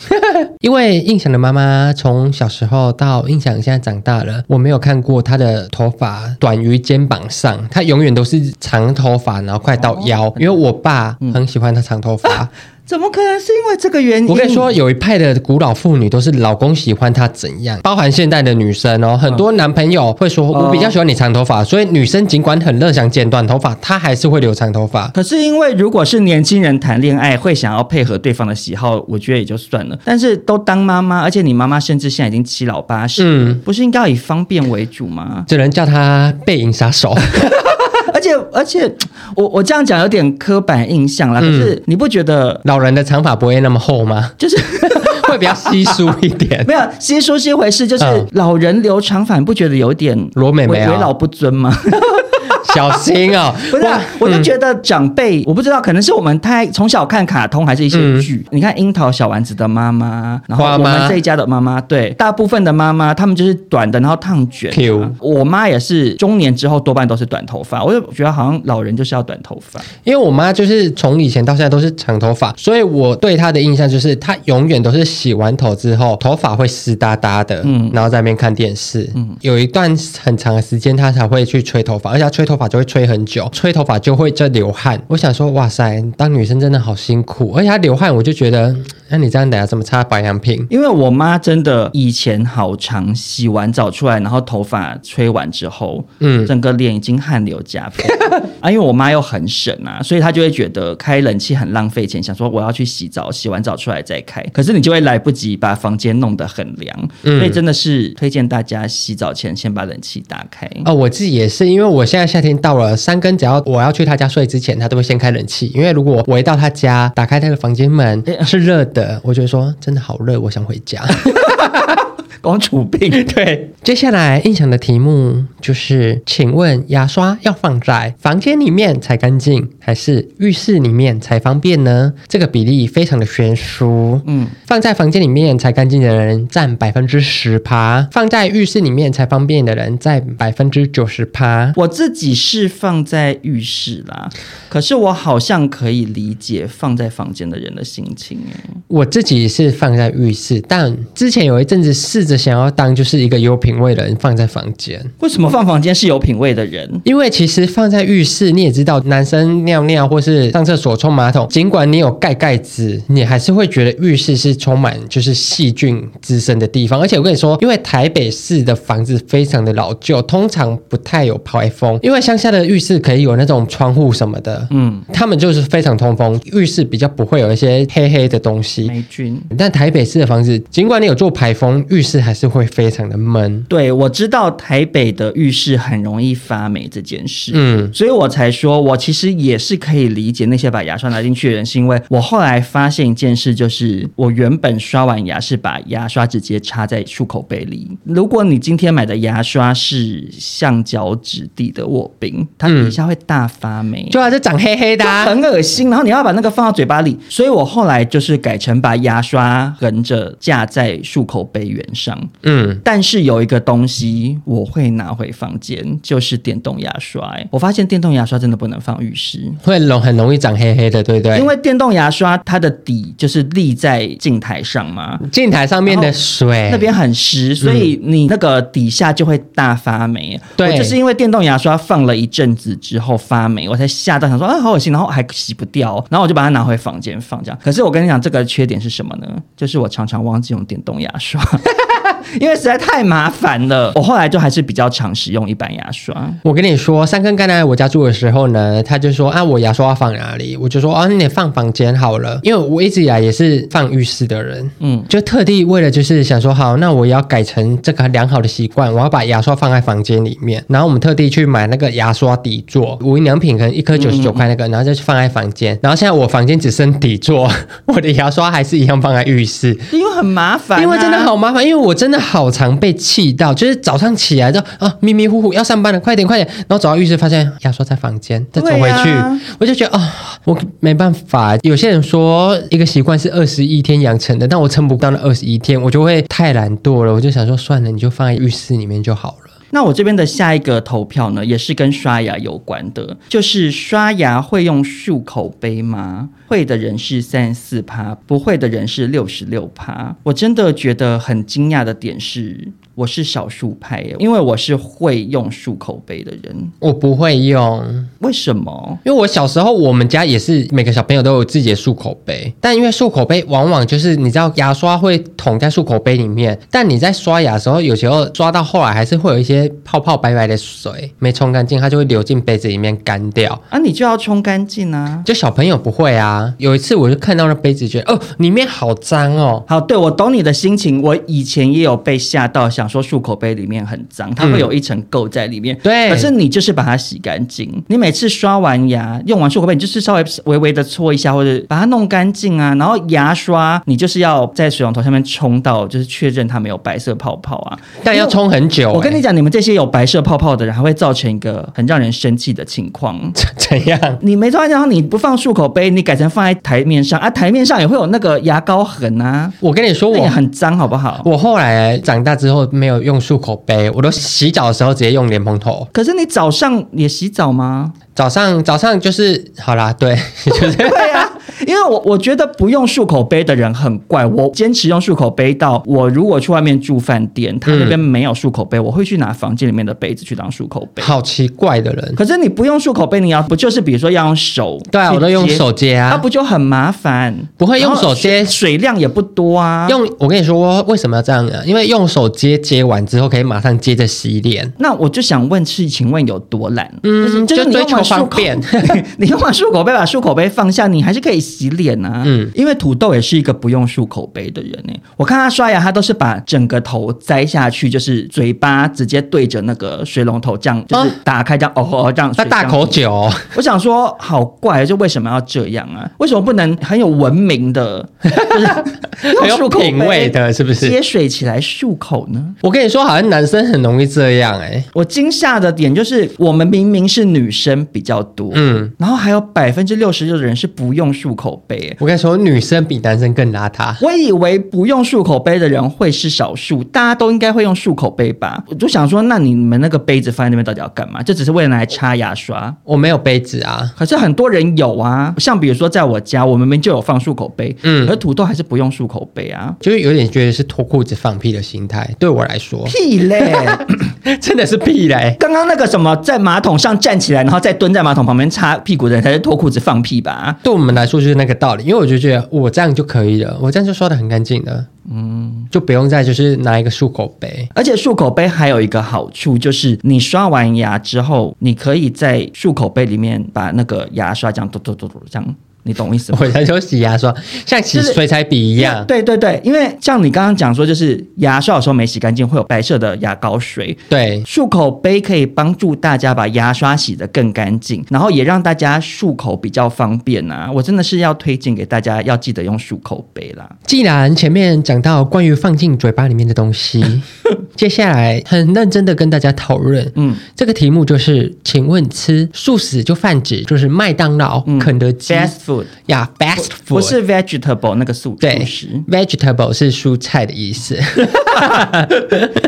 [SPEAKER 4] 因为印象的妈妈从小时候到印象现在长大了，我没有看过她的头发短于肩膀上，她永远都是长头发，然后快到腰。因为我爸很喜欢她长头发，
[SPEAKER 5] 怎么可能是因为这个原因？
[SPEAKER 4] 我跟你说，，有一派的古老妇女都是老公喜欢她怎样，包含现代的女生哦，很多男朋友会说，
[SPEAKER 5] 哦
[SPEAKER 4] 我比较喜欢你长头发，所以女生尽管很热想剪短头发，她还是会留长头发。
[SPEAKER 5] 可是因为如果是年轻人谈恋爱，会想要配合对方的喜好，我觉得也就算了。但是都当妈妈，而且你妈妈甚至现在已经七老八十，
[SPEAKER 4] 嗯
[SPEAKER 5] 不是应该要以方便为主吗？
[SPEAKER 4] 只能叫她背影杀手。
[SPEAKER 5] 而且而且，我我这样讲有点刻板印象啦。可
[SPEAKER 4] 嗯
[SPEAKER 5] 是你不觉得
[SPEAKER 4] 老人的长发不会那么厚吗？
[SPEAKER 5] 就是？。
[SPEAKER 4] 会比较稀疏一点
[SPEAKER 5] 没有，先说是一回事，就是
[SPEAKER 4] 嗯
[SPEAKER 5] 老人留长发，你不觉得有点
[SPEAKER 4] 罗美美
[SPEAKER 5] 为
[SPEAKER 4] 啊
[SPEAKER 5] 为老不尊吗？
[SPEAKER 4] 小心哦、
[SPEAKER 5] 不是、啊，我就觉得长辈，我不知道，可能是我们太从小看卡通，还是一些剧。你看樱桃小丸子的妈妈，然
[SPEAKER 4] 嗯
[SPEAKER 5] 后
[SPEAKER 4] 花
[SPEAKER 5] 我
[SPEAKER 4] 妈
[SPEAKER 5] 们这一家的妈妈，对，大部分的妈妈她们就是短的，然后烫卷啊、
[SPEAKER 4] Q
[SPEAKER 5] 我妈也是中年之后多半都是短头发，我就觉得好像老人就是要短头发。
[SPEAKER 4] 因为我妈就是从以前到现在都是长头发，所以我对她的印象就是她永远都是洗完头之后头发会湿哒哒的，
[SPEAKER 5] 嗯
[SPEAKER 4] 然后在那边看电视。有一段很长的时间她才会去吹头发，而且她吹头发就会吹很久，吹头发就会在流汗。我想说，哇塞，当女生真的好辛苦，而且她流汗，我就觉得，嗯那你这样等下怎么擦保养品？
[SPEAKER 5] 因为我妈真的以前好长，洗完澡出来，然后头发吹完之后，嗯，
[SPEAKER 4] 嗯
[SPEAKER 5] 整个脸已经汗流浃背 啊。因为我妈又很省啊，所以她就会觉得开冷气很浪费钱，想说我要去洗澡，洗完澡出来再开。可是你就会来不及把房间弄得很凉，所以真的是推荐大家洗澡前先把冷气打开。
[SPEAKER 4] 哦，我自己也是，因为我现在夏天到了，三更只要我要去他家睡之前，他都会先开冷气。因为如果我一到他家，打开他的房间门是热的，我就说真的好热，我想回家。
[SPEAKER 5] 公主病，对，
[SPEAKER 4] 接下来印象的题目就是，请问牙刷要放在房间里面才干净，还是浴室里面才方便呢？这个比例非常的悬殊。
[SPEAKER 5] 嗯
[SPEAKER 4] 嗯，放在房间里面才干净的人占百分之十趴，放在浴室里面才方便的人占百分之九十趴。
[SPEAKER 5] 我自己是放在浴室啦，可是我好像可以理解放在房间的人的心情、欸。
[SPEAKER 4] 我自己是放在浴室，但之前有一阵子试着想要当就是一个有品味的人放在房间，
[SPEAKER 5] 为什么放房间是有品味的人？
[SPEAKER 4] 因为其实放在浴室你也知道，男生尿尿或是上厕所冲马桶，尽管你有盖盖子，你还是会觉得浴室是充满就是细菌滋生的地方。而且我跟你说，因为台北市的房子非常的老旧，通常不太有排风，因为乡下的浴室可以有那种窗户什么的，嗯，他们就是非常通风，浴室比较不会有一些黑黑的东西。
[SPEAKER 5] 霉菌。
[SPEAKER 4] 但台北市的房子，尽管你有做排风，浴室还是会非常的闷。
[SPEAKER 5] 对，我知道台北的浴室很容易发霉这件事，
[SPEAKER 4] 嗯
[SPEAKER 5] 所以我才说，我其实也是可以理解那些把牙刷拿进去的人，是因为我后来发现一件事，就是我原本刷完牙是把牙刷直接插在漱口杯里。如果你今天买的牙刷是橡胶质地的沃宾，它底下会大发霉。
[SPEAKER 4] 对啊，嗯就长黑黑的、
[SPEAKER 5] 就
[SPEAKER 4] 啊。
[SPEAKER 5] 很恶心，然后你要把那个放到嘴巴里，所以我后来就是改成把牙刷横着架在漱口杯缘上。
[SPEAKER 4] 嗯，
[SPEAKER 5] 但是有一个东西我会拿回房间，就是电动牙刷、欸我发现电动牙刷真的不能放浴室，
[SPEAKER 4] 会容很容易长黑黑的，对不对？
[SPEAKER 5] 因为电动牙刷它的底就是立在镜台上嘛，
[SPEAKER 4] 镜台上面的水
[SPEAKER 5] 那边很湿，所以你那个底下就会大发霉。
[SPEAKER 4] 对
[SPEAKER 5] 我就是因为电动牙刷放了一阵子之后发霉，我才吓到想说啊好恶心，然后还洗不掉，然后我就把它拿回房间放这样。可是我跟你讲，这个缺点是什么呢？就是我常常忘记用电动牙刷。 因为实在太麻烦了，我后来就还是比较常使用一般牙刷。
[SPEAKER 4] 我跟你说，三更刚来我家住的时候呢，他就说啊，我牙刷要放哪里？我就说啊，那你放房间好了，因为我一直以来也是放浴室的人，
[SPEAKER 5] 嗯
[SPEAKER 4] 嗯，就特地为了就是想说，好，那我要改成这个良好的习惯，我要把牙刷放在房间里面。然后我们特地去买那个牙刷底座，无印良品可能一颗九十九块那个，然后就放在房间。然后现在我房间只剩底座， 我的牙刷还是一样放在浴室，
[SPEAKER 5] 因为很麻烦啊、
[SPEAKER 4] 因为真的好麻烦，因为我真的好常被气到，就是早上起来就啊迷迷糊糊要上班了，快点快点，然后走到浴室发现哎牙刷在房间，再走回去，
[SPEAKER 5] 对啊
[SPEAKER 4] 我就觉得啊、我没办法。有些人说一个习惯是二十一天养成的，但我撑不到那二十一天，我就会太懒惰了，我就想说算了，你就放在浴室里面就好了。
[SPEAKER 5] 那我这边的下一个投票呢，也是跟刷牙有关的，就是刷牙会用漱口杯吗？会的人是三十四趴，不会的人是六十六趴。我真的觉得很惊讶的点是。我是少数派耶，因为我是会用漱口杯的人。
[SPEAKER 4] 我不会用，
[SPEAKER 5] 为什么？
[SPEAKER 4] 因为我小时候我们家也是每个小朋友都有自己的漱口杯，但因为漱口杯往往就是你知道牙刷会捅在漱口杯里面，但你在刷牙的时候，有时候刷到后来还是会有一些泡泡白白的水没冲干净，它就会流进杯子里面干掉。
[SPEAKER 5] 啊，你就要冲干净啊！
[SPEAKER 4] 就小朋友不会啊，有一次我就看到那杯子，觉得哦里面好脏哦，
[SPEAKER 5] 好，对我懂你的心情。我以前也有被吓到，想说漱口杯里面很脏，它会有一层垢在里面。
[SPEAKER 4] 对
[SPEAKER 5] 可是你就是把它洗干净。你每次刷完牙，用完漱口杯，你就是稍微微微的搓一下，或者把它弄干净啊。然后牙刷，你就是要在水龙头上面冲到，就是确认它没有白色泡泡啊。
[SPEAKER 4] 但要冲 很久、
[SPEAKER 5] 我跟
[SPEAKER 4] 欸
[SPEAKER 5] 你讲，你们这些有白色泡泡的人，还会造成一个很让人生气的情况。
[SPEAKER 4] 怎样？
[SPEAKER 5] 你没抓然后你不放漱口杯，你改成放在台面上啊，台面上也会有那个牙膏痕啊，
[SPEAKER 4] 我跟你说
[SPEAKER 5] 那
[SPEAKER 4] 我
[SPEAKER 5] 也很脏，好不好？
[SPEAKER 4] 我后来长大之后没有用漱口杯，我都洗澡的时候直接用莲蓬头。
[SPEAKER 5] 可是你早上也洗澡吗？
[SPEAKER 4] 早上早上就是好啦，对， 就是
[SPEAKER 5] 对啊，因为我我觉得不用漱口杯的人很怪，我坚持用漱口杯到我如果去外面住饭店，他那边没有漱口杯，我会去拿房间里面的杯子去当漱口杯。
[SPEAKER 4] 好奇怪的人。
[SPEAKER 5] 可是你不用漱口杯，你要不就是比如说要用手去接？
[SPEAKER 4] 对啊，我都用手接
[SPEAKER 5] 它
[SPEAKER 4] 啊，
[SPEAKER 5] 不就很麻烦？
[SPEAKER 4] 不会用手接
[SPEAKER 5] 然后水水量也不多啊。
[SPEAKER 4] 用我跟你说为什么要这样啊？因为用手接接完之后可以马上接着洗脸。
[SPEAKER 5] 那我就想问，是请问有多懒？
[SPEAKER 4] 嗯
[SPEAKER 5] 就是
[SPEAKER 4] 就
[SPEAKER 5] 你
[SPEAKER 4] 追
[SPEAKER 5] 用
[SPEAKER 4] 求
[SPEAKER 5] 完
[SPEAKER 4] 方
[SPEAKER 5] 漱口
[SPEAKER 4] 便
[SPEAKER 5] 你用完漱口杯把漱口杯放下，你还是可以洗脸啊。嗯
[SPEAKER 4] 嗯，
[SPEAKER 5] 因为土豆也是一个不用漱口杯的人呢、我看他刷牙，他都是把整个头栽下去，就是嘴巴直接对着那个水龙头这样，就是打开这样，哦哦哦这样。
[SPEAKER 4] 那大口
[SPEAKER 5] 水这样
[SPEAKER 4] 酒 哦，
[SPEAKER 5] 我想说，好怪，就为什么要这样啊？为什么不能很有文明的， 就是
[SPEAKER 4] 很
[SPEAKER 5] 用漱
[SPEAKER 4] 有
[SPEAKER 5] 口杯
[SPEAKER 4] 品味的，是不
[SPEAKER 5] 接
[SPEAKER 4] 是？
[SPEAKER 5] 水起来漱口呢？
[SPEAKER 4] 我跟你说，好像男生很容易这样哎、
[SPEAKER 5] 我惊吓的点就是，我们明明是女生比较多，嗯
[SPEAKER 4] 嗯，
[SPEAKER 5] 然后还有百分之六十六的人是不用漱口杯欸。
[SPEAKER 4] 我跟你说，女生比男生更邋遢。
[SPEAKER 5] 我以为不用漱口杯的人会是少数，大家都应该会用漱口杯吧？我就想说，那你们那个杯子放在那边到底要干嘛？就只是为了拿来擦牙刷？
[SPEAKER 4] 我没有杯子啊，
[SPEAKER 5] 可是很多人有啊，像比如说在我家，我明明就有放漱口杯，嗯，
[SPEAKER 4] 嗯
[SPEAKER 5] 而土豆还是不用漱口杯啊，
[SPEAKER 4] 就是有点觉得是脱裤子放屁的心态。对我来说，
[SPEAKER 5] 屁嘞！
[SPEAKER 4] 真的是屁嘞。
[SPEAKER 5] 刚刚那个什么，在马桶上站起来，然后再蹲在马桶旁边擦屁股的人，才是脱裤子放屁吧？
[SPEAKER 4] 对我们来说就是那个道理，因为我就觉得哦我这样就可以了，我这样就刷的很干净了，嗯，就不用再就是拿一个漱口杯。
[SPEAKER 5] 而且漱口杯还有一个好处，就是你刷完牙之后，你可以在漱口杯里面把那个牙刷这样嘟嘟嘟嘟这样，你懂我意思吗？
[SPEAKER 4] 我啊在说洗牙刷，像洗
[SPEAKER 5] 就是
[SPEAKER 4] 水彩笔一样，
[SPEAKER 5] 对对对，因为像你刚刚讲说，就是牙刷有时候没洗干净会有白色的牙膏水，
[SPEAKER 4] 对
[SPEAKER 5] 漱口杯可以帮助大家把牙刷洗得更干净，然后也让大家漱口比较方便啊！我真的是要推荐给大家，要记得用漱口杯啦。
[SPEAKER 4] 既然前面讲到关于放进嘴巴里面的东 西，接下来很认真的跟大家讨论，
[SPEAKER 5] 嗯
[SPEAKER 4] 嗯，这个题目就是，请问吃素食就泛指就是麦当劳、
[SPEAKER 5] 嗯
[SPEAKER 4] 肯德基
[SPEAKER 5] Fast food
[SPEAKER 4] 呀，fast food，
[SPEAKER 5] 不是 vegetable 那个素素
[SPEAKER 4] 对
[SPEAKER 5] 食，
[SPEAKER 4] ，vegetable 是蔬菜的意思。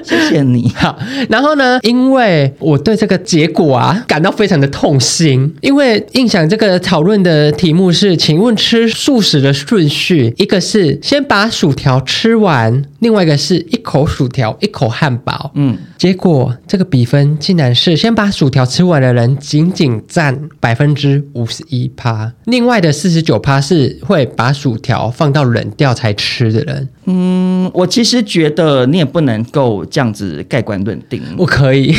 [SPEAKER 5] 谢谢你。
[SPEAKER 4] 好，然后呢，因为我对这个结果啊感到非常的痛心，因为印象这个讨论的题目是，请问吃素食的顺序，一个是先把薯条吃完，另外一个是一口薯条一口汉堡。
[SPEAKER 5] 嗯
[SPEAKER 4] 嗯，结果这个比分竟然是先把薯条吃完的人仅仅占百分之五十一趴，另外的四十九趴是会把薯条放到冷掉才吃的人。
[SPEAKER 5] 嗯我其实觉得你也不能够这样子盖棺论定，
[SPEAKER 4] 我可以。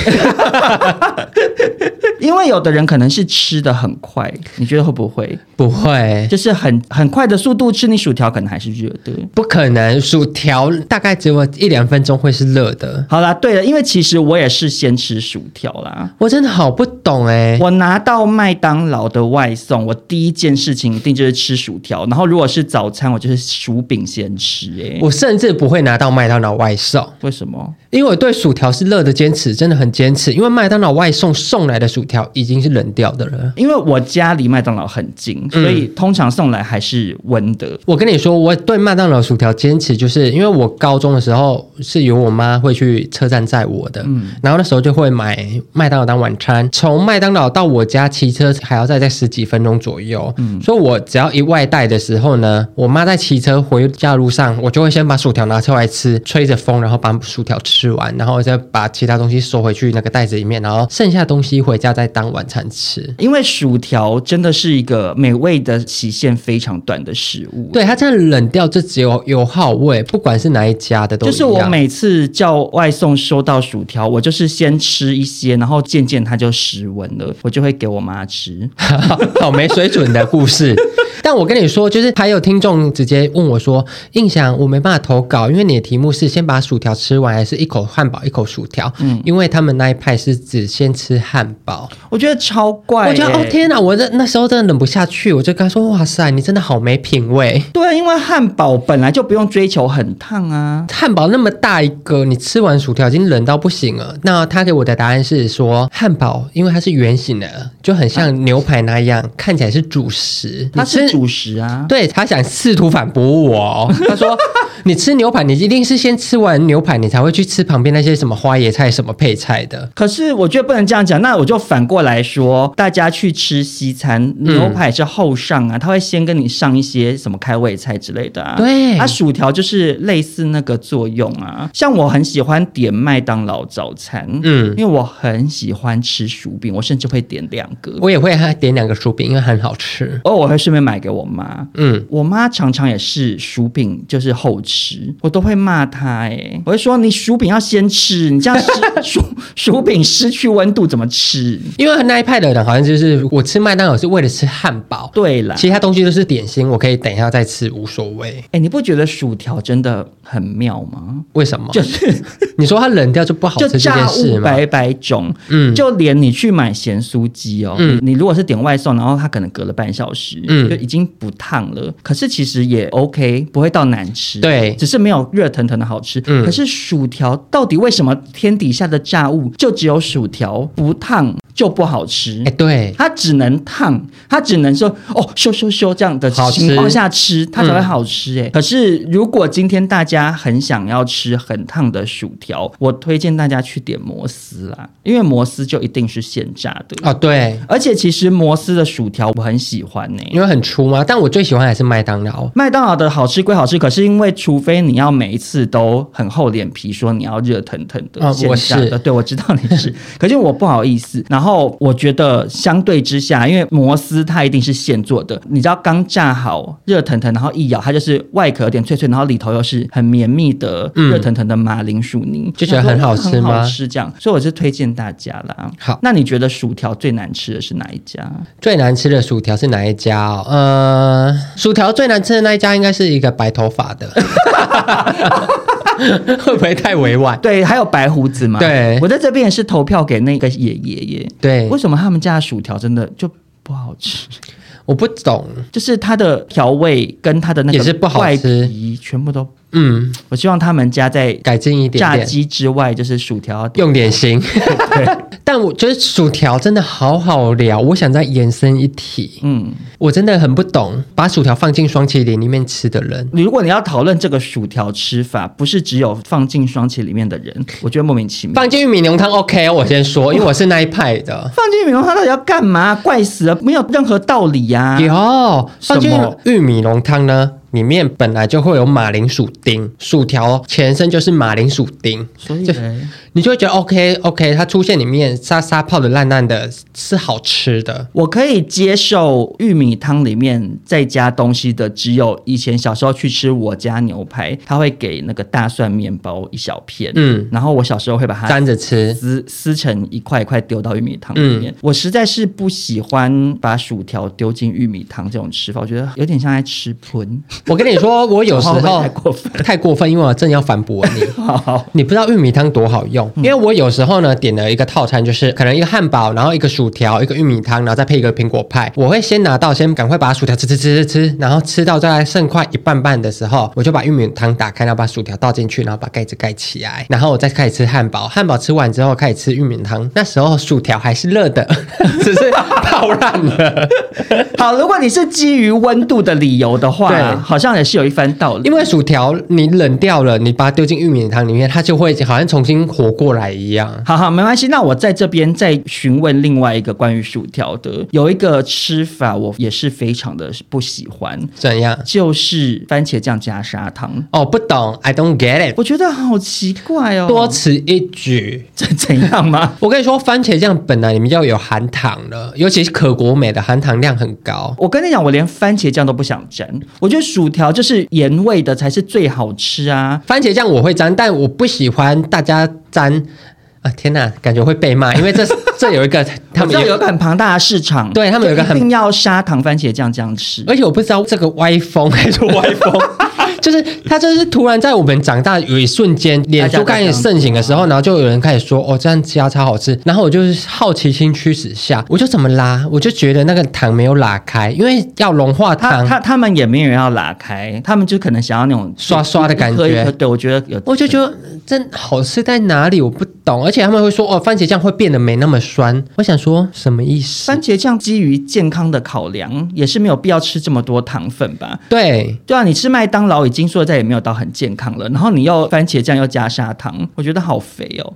[SPEAKER 5] 因为有的人可能是吃的很快，你觉得会不会？
[SPEAKER 4] 不会，
[SPEAKER 5] 就是很很快的速度吃你薯条，可能还是热的。
[SPEAKER 4] 不可能，薯条大概只有一两分钟会是热的。
[SPEAKER 5] 好啦，对了，因为其实我也是先吃薯条啦。
[SPEAKER 4] 我真的好不懂哎、
[SPEAKER 5] 我拿到麦当劳的外送，我第一件事情一定就是吃薯条，然后如果是早餐，我就是薯饼先吃、欸。
[SPEAKER 4] 我甚至不会拿到麦当劳外送，
[SPEAKER 5] 为什么？
[SPEAKER 4] 因为我对薯条是热的坚持，真的很坚持。因为麦当劳外送送来的薯条已经是冷掉的了。
[SPEAKER 5] 因为我家离麦当劳很近，所以通常送来还是温的。
[SPEAKER 4] 我跟你说，我对麦当劳薯条坚持，就是因为我高中的时候是由我妈会去车站载我的，
[SPEAKER 5] 嗯
[SPEAKER 4] 然后那时候就会买麦当劳当晚餐。从麦当劳到我家骑车还要再在十几分钟左右，
[SPEAKER 5] 嗯
[SPEAKER 4] 所以我只要一外带的时候呢，我妈在骑车回家路上，我就会先把薯条拿出来吃，吹着风，然后把薯条吃完，然后再把其他东西收回去那个袋子里面，然后剩下的东西回家再当晚餐吃。
[SPEAKER 5] 因为薯条真的是一个美味的期限非常短的食物。
[SPEAKER 4] 对，它这样冷掉就只有油耗味，不管是哪一家的都
[SPEAKER 5] 就是
[SPEAKER 4] 一
[SPEAKER 5] 我
[SPEAKER 4] 样
[SPEAKER 5] 每次叫外送收到薯条，我就是先吃一些，然后渐渐它就失温了，我就会给我妈吃。
[SPEAKER 4] 好好没水准的故事。 但我跟你说，就是还有听众直接问我说：“印象我没办法投稿，因为你的题目是先把薯条吃完，还是一口汉堡一口薯条？”嗯，因为他们那一派是只先吃汉堡。
[SPEAKER 5] 我觉得超怪、
[SPEAKER 4] 我觉得
[SPEAKER 5] 欸
[SPEAKER 4] 哦天哪，我那那时候真的忍不下去，我就跟他说：“哇塞，你真的好没品味！
[SPEAKER 5] 对，因为汉堡本来就不用追求很烫啊。
[SPEAKER 4] 汉堡那么大一个，你吃完薯条已经冷到不行了。”那他给我的答案是说，汉堡因为它是圆形的，就很像牛排那样，看起来是主食。
[SPEAKER 5] 嗯它
[SPEAKER 4] 你
[SPEAKER 5] 是
[SPEAKER 4] 吃
[SPEAKER 5] 主食啊，
[SPEAKER 4] 对他想试图反驳我 哦、他说：“你吃牛排，你一定是先吃完牛排，你才会去吃旁边那些什么花椰菜、什么配菜的。
[SPEAKER 5] 可是我觉得不能这样讲，那我就反过来说，大家去吃西餐，
[SPEAKER 4] 嗯
[SPEAKER 5] 牛排是后上啊，他会先跟你上一些什么开胃菜之类的啊。
[SPEAKER 4] 对
[SPEAKER 5] 啊，薯条就是类似那个作用啊。像我很喜欢点麦当劳早餐，
[SPEAKER 4] 嗯
[SPEAKER 5] 嗯，因为我很喜欢吃薯饼，我甚至会点两个，
[SPEAKER 4] 我也会还点两个薯饼，因为很好吃。
[SPEAKER 5] 偶尔我会顺便买给我妈。
[SPEAKER 4] 嗯，
[SPEAKER 5] 我妈常常也是薯饼就是后吃，我都会骂她哎、我会说你薯饼要先吃，你这样 失薯薯饼失去温度怎么吃？
[SPEAKER 4] 因为那一派的人好像就是我吃麦当劳是为了吃汉堡，
[SPEAKER 5] 对啦，
[SPEAKER 4] 其他东西都是点心，我可以等一下再吃，无所谓。
[SPEAKER 5] 哎、你不觉得薯条真的很妙吗？
[SPEAKER 4] 为什么？
[SPEAKER 5] 就是
[SPEAKER 4] 你说它冷掉就不好
[SPEAKER 5] 就
[SPEAKER 4] 吃这件
[SPEAKER 5] 炸
[SPEAKER 4] 事
[SPEAKER 5] 物
[SPEAKER 4] 吗？
[SPEAKER 5] 百百种，
[SPEAKER 4] 嗯
[SPEAKER 5] 就连你去买咸酥鸡哦，
[SPEAKER 4] 嗯
[SPEAKER 5] 你你如果是点外送，然后它可能隔了半小时，
[SPEAKER 4] 嗯
[SPEAKER 5] 就已经不烫了，可是其实也 OK，不会到难吃，
[SPEAKER 4] 对
[SPEAKER 5] 只是没有热腾腾的好吃。
[SPEAKER 4] 嗯
[SPEAKER 5] 可是薯条到底为什么天底下的炸物就只有薯条不烫就不好吃？
[SPEAKER 4] 哎，对，
[SPEAKER 5] 它只能烫，它只能说哦咻咻咻这样的
[SPEAKER 4] 好吃
[SPEAKER 5] 情况下吃，它才会好吃哎、可是如果今天大家很想要吃很烫的薯条，我推荐大家去点摩斯啦，因为摩斯就一定是现炸的。
[SPEAKER 4] 哦对，
[SPEAKER 5] 而且其实摩斯的薯条我很喜欢欸呢、
[SPEAKER 4] 因为很粗嘛，但我最喜欢还是麦当劳。
[SPEAKER 5] 麦当劳的好吃归好吃，可是因为除非你要每一次都很厚脸皮说你要热腾腾的、
[SPEAKER 4] 哦
[SPEAKER 5] 现
[SPEAKER 4] 我
[SPEAKER 5] 炸
[SPEAKER 4] 是
[SPEAKER 5] 的，对我知道你是， 可是我不好意思。然后我觉得相对之下，因为摩斯它一定是现做的，你知道刚炸好热腾腾，然后一咬它就是外壳有点脆脆，然后里头又是很绵密的
[SPEAKER 4] 嗯
[SPEAKER 5] 热腾腾的马铃薯泥，
[SPEAKER 4] 就觉得很好吃吗
[SPEAKER 5] 然后很好吃这样，所以我是推荐大家啦。
[SPEAKER 4] 好
[SPEAKER 5] 那你觉得薯条最难吃的是哪一家？
[SPEAKER 4] 最难吃的薯条是哪一家、哦？呃，薯条最难吃的那一家应该是一个白头发的， 会不会太委婉？
[SPEAKER 5] 对，还有白胡子嘛？
[SPEAKER 4] 对
[SPEAKER 5] 我在这边也是投票给那个爷爷耶。
[SPEAKER 4] 对
[SPEAKER 5] 为，什么他们家的薯条真的就不好吃？
[SPEAKER 4] 我不懂，
[SPEAKER 5] 就是它的调味跟它的那个
[SPEAKER 4] 也是不好
[SPEAKER 5] 外
[SPEAKER 4] 吃
[SPEAKER 5] 皮全部都。
[SPEAKER 4] 嗯，
[SPEAKER 5] 我希望他们家在
[SPEAKER 4] 改进一点
[SPEAKER 5] 炸
[SPEAKER 4] 点，
[SPEAKER 5] 鸡之外，就是薯条要点
[SPEAKER 4] 用点心。 但我觉得薯条真的好好聊，我想再延伸一题，
[SPEAKER 5] 嗯，
[SPEAKER 4] 我真的很不懂把薯条放进双麒麟里面吃的人。
[SPEAKER 5] 如果你要讨论这个薯条吃法，不是只有放进双旗里面的 人，我觉得莫名其妙。
[SPEAKER 4] 放进玉米浓汤 OK，我先说，因为我是那一派的。
[SPEAKER 5] 放进米龙，他到底要干嘛？怪死了，没有任何道理呀、
[SPEAKER 4] 有放进
[SPEAKER 5] 什么
[SPEAKER 4] 啊玉米浓汤呢，里面本来就会有马铃薯丁，薯条前身就是马铃薯丁，
[SPEAKER 5] 所以
[SPEAKER 4] 就
[SPEAKER 5] 嘞
[SPEAKER 4] 你就会觉得 OK OK，它出现里面沙沙泡的烂烂的，是好吃的。
[SPEAKER 5] 我可以接受玉米汤里面再加东西的，只有以前小时候去吃我家牛排，他会给那个大蒜面包一小片，
[SPEAKER 4] 嗯
[SPEAKER 5] 嗯，然后我小时候会把它
[SPEAKER 4] 沾着吃，
[SPEAKER 5] 撕撕成一块一块丢到玉米汤里
[SPEAKER 4] 嗯
[SPEAKER 5] 面。我实在是不喜欢把薯条丢进玉米汤这种吃法，我觉得有点像在吃 喷。
[SPEAKER 4] 我跟你说，我有时
[SPEAKER 5] 会不
[SPEAKER 4] 候
[SPEAKER 5] 会太过分
[SPEAKER 4] 太过分，因为我正要反驳你。
[SPEAKER 5] 好，
[SPEAKER 4] 你不知道玉米汤多好用，因为我有时候呢点了一个套餐，就是可能一个汉堡，然后一个薯条，一个玉米汤，然后再配一个苹果派。我会先拿到，先赶快把薯条吃吃吃吃吃，然后吃到大概剩快一半半的时候，我就把玉米汤打开，然后把薯条倒进去，然后把盖子盖起来，然后我再开始吃汉堡。汉堡吃完之后开始吃玉米汤，那时候薯条还是热的，只是泡烂了。
[SPEAKER 5] 好，如果你是基于温度的理由的
[SPEAKER 4] 对
[SPEAKER 5] 话，好像也是有一番道理
[SPEAKER 4] 因。为薯条你冷掉了，你把它丢进玉米汤里面，它就会好像重新活过来一样。
[SPEAKER 5] 好好，没关系。那我在这边再询问另外一个关于薯条的，有一个吃法我也是非常的不喜欢，
[SPEAKER 4] 怎样？
[SPEAKER 5] 就是番茄酱加砂糖，
[SPEAKER 4] 哦，不懂，I don't get it。
[SPEAKER 5] 我觉得好奇怪哦。
[SPEAKER 4] 多此一举。
[SPEAKER 5] 怎 怎样吗？
[SPEAKER 4] 我跟你说，番茄酱本来里面就有含糖的，尤其是可国美的含糖量很高。
[SPEAKER 5] 我跟你讲，我连番茄酱都不想沾。我觉得薯条就是盐味的才是最好吃啊。
[SPEAKER 4] 番茄酱我会沾，但我不喜欢大家沾。啊天哪，感觉会被骂，因为这 这有一个他
[SPEAKER 5] 我
[SPEAKER 4] 们
[SPEAKER 5] 知道有一个很庞大的市场，
[SPEAKER 4] 对他们有一个
[SPEAKER 5] 就
[SPEAKER 4] 很哎
[SPEAKER 5] 一定要砂糖番茄酱这样吃。
[SPEAKER 4] 而且我不知道这个歪风还是歪风，就是它就是突然在我们长大有一瞬间，脸书开始盛行的时候，然后就有人开始说哦这样加超好吃，然后我就是好奇心驱使下，我就怎么拉，我就觉得那个糖没有拉开，因为要融化
[SPEAKER 5] 他
[SPEAKER 4] 糖，
[SPEAKER 5] 他他们也没有人要拉开，他们就可能想要那种
[SPEAKER 4] 刷刷的感觉
[SPEAKER 5] 一颗一颗对，我觉得有，
[SPEAKER 4] 我就觉得真好吃在哪里我不懂，而且他们会说哦番茄酱会变得没那么酸，我想说什么意思
[SPEAKER 5] 番？茄酱基于健康的考量，也是没有必要吃这么多糖分吧。
[SPEAKER 4] 对，
[SPEAKER 5] 对啊，你吃麦当劳已经说再也没有到很健康了，然后你又番茄酱又加砂糖，我觉得好肥哦。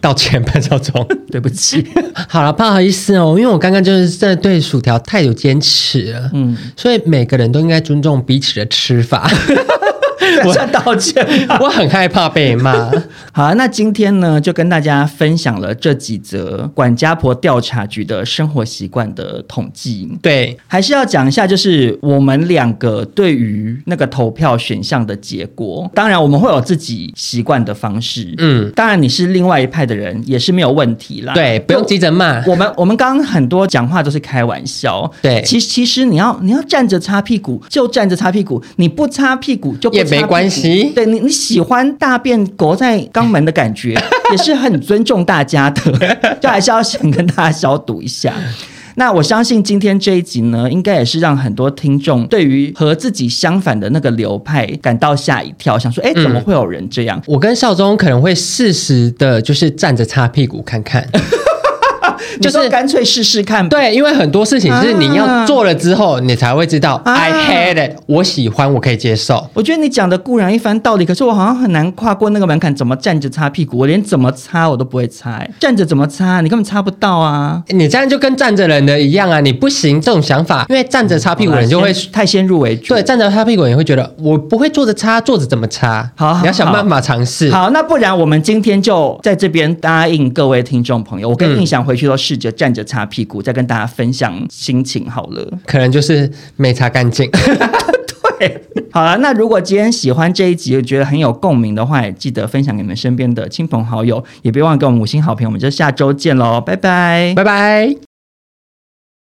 [SPEAKER 4] 道歉潘少忠。
[SPEAKER 5] 对不起，
[SPEAKER 4] 好了，不好意思哦，因为我刚刚就是真的对薯条太有坚持了，嗯，所以每个人都应该尊重彼此的吃法。
[SPEAKER 5] 我算道歉。
[SPEAKER 4] 我很害怕被骂，
[SPEAKER 5] 好啊，那今天呢，就跟大家分享了这几则管家婆调查局的生活习惯的统计。
[SPEAKER 4] 对，
[SPEAKER 5] 还是要讲一下，就是我们两个对于那个投票选项的结果，当然我们会有自己习惯的方式。
[SPEAKER 4] 嗯，
[SPEAKER 5] 当然你是另外一派的人也是没有问题啦。
[SPEAKER 4] 对，不用急着骂，
[SPEAKER 5] 我们我们刚刚很多讲话都是开玩笑，
[SPEAKER 4] 对
[SPEAKER 5] 其其实你要你要站着擦屁股就站着擦屁股，你不擦屁股就不擦屁股
[SPEAKER 4] 也没关系
[SPEAKER 5] 对你你喜欢大便裹在肛门的感觉， 也是很尊重大家的， 就还是要先跟大家消毒一下。那我相信今天这一集呢，应该也是让很多听众对于和自己相反的那个流派感到吓一跳，想说，哎，
[SPEAKER 4] 嗯
[SPEAKER 5] 怎么会有人这样？
[SPEAKER 4] 我跟少宗可能会适时的，就是站着擦屁股看看。
[SPEAKER 5] 就
[SPEAKER 4] 就是
[SPEAKER 5] 是干脆试试看吧。
[SPEAKER 4] 对，因为很多事情是你要
[SPEAKER 5] 啊
[SPEAKER 4] 做了之后，你才会知道、
[SPEAKER 5] 啊
[SPEAKER 4] I hate it，我喜欢，我可以接受。
[SPEAKER 5] 我觉得你讲的固然一番道理，可是我好像很难跨过那个门槛，怎么站着擦屁股？我连怎么擦我都不会擦、欸站着怎么擦？你根本擦不到啊！
[SPEAKER 4] 你这样就跟站着人的一样啊，你不行这种想法，因为站着擦屁股人就会
[SPEAKER 5] 先太先入为主。
[SPEAKER 4] 对，，站着擦屁股你会觉得我不会坐着擦，坐着怎么擦？
[SPEAKER 5] 好好
[SPEAKER 4] 你要想办法尝试。
[SPEAKER 5] 好，那不然我们今天就在这边答应各位听众朋友，我跟印象回去都试着站着擦屁股，再跟大家分享心情好 了。
[SPEAKER 4] 可能就是没擦干 净。
[SPEAKER 5] 好了，那如果今天喜欢这一集，觉得很有共鸣的话，也记得分享给你们身边的亲朋好友，也别忘了给我们五星好评。我们就下周见喽，拜拜。
[SPEAKER 4] 拜拜。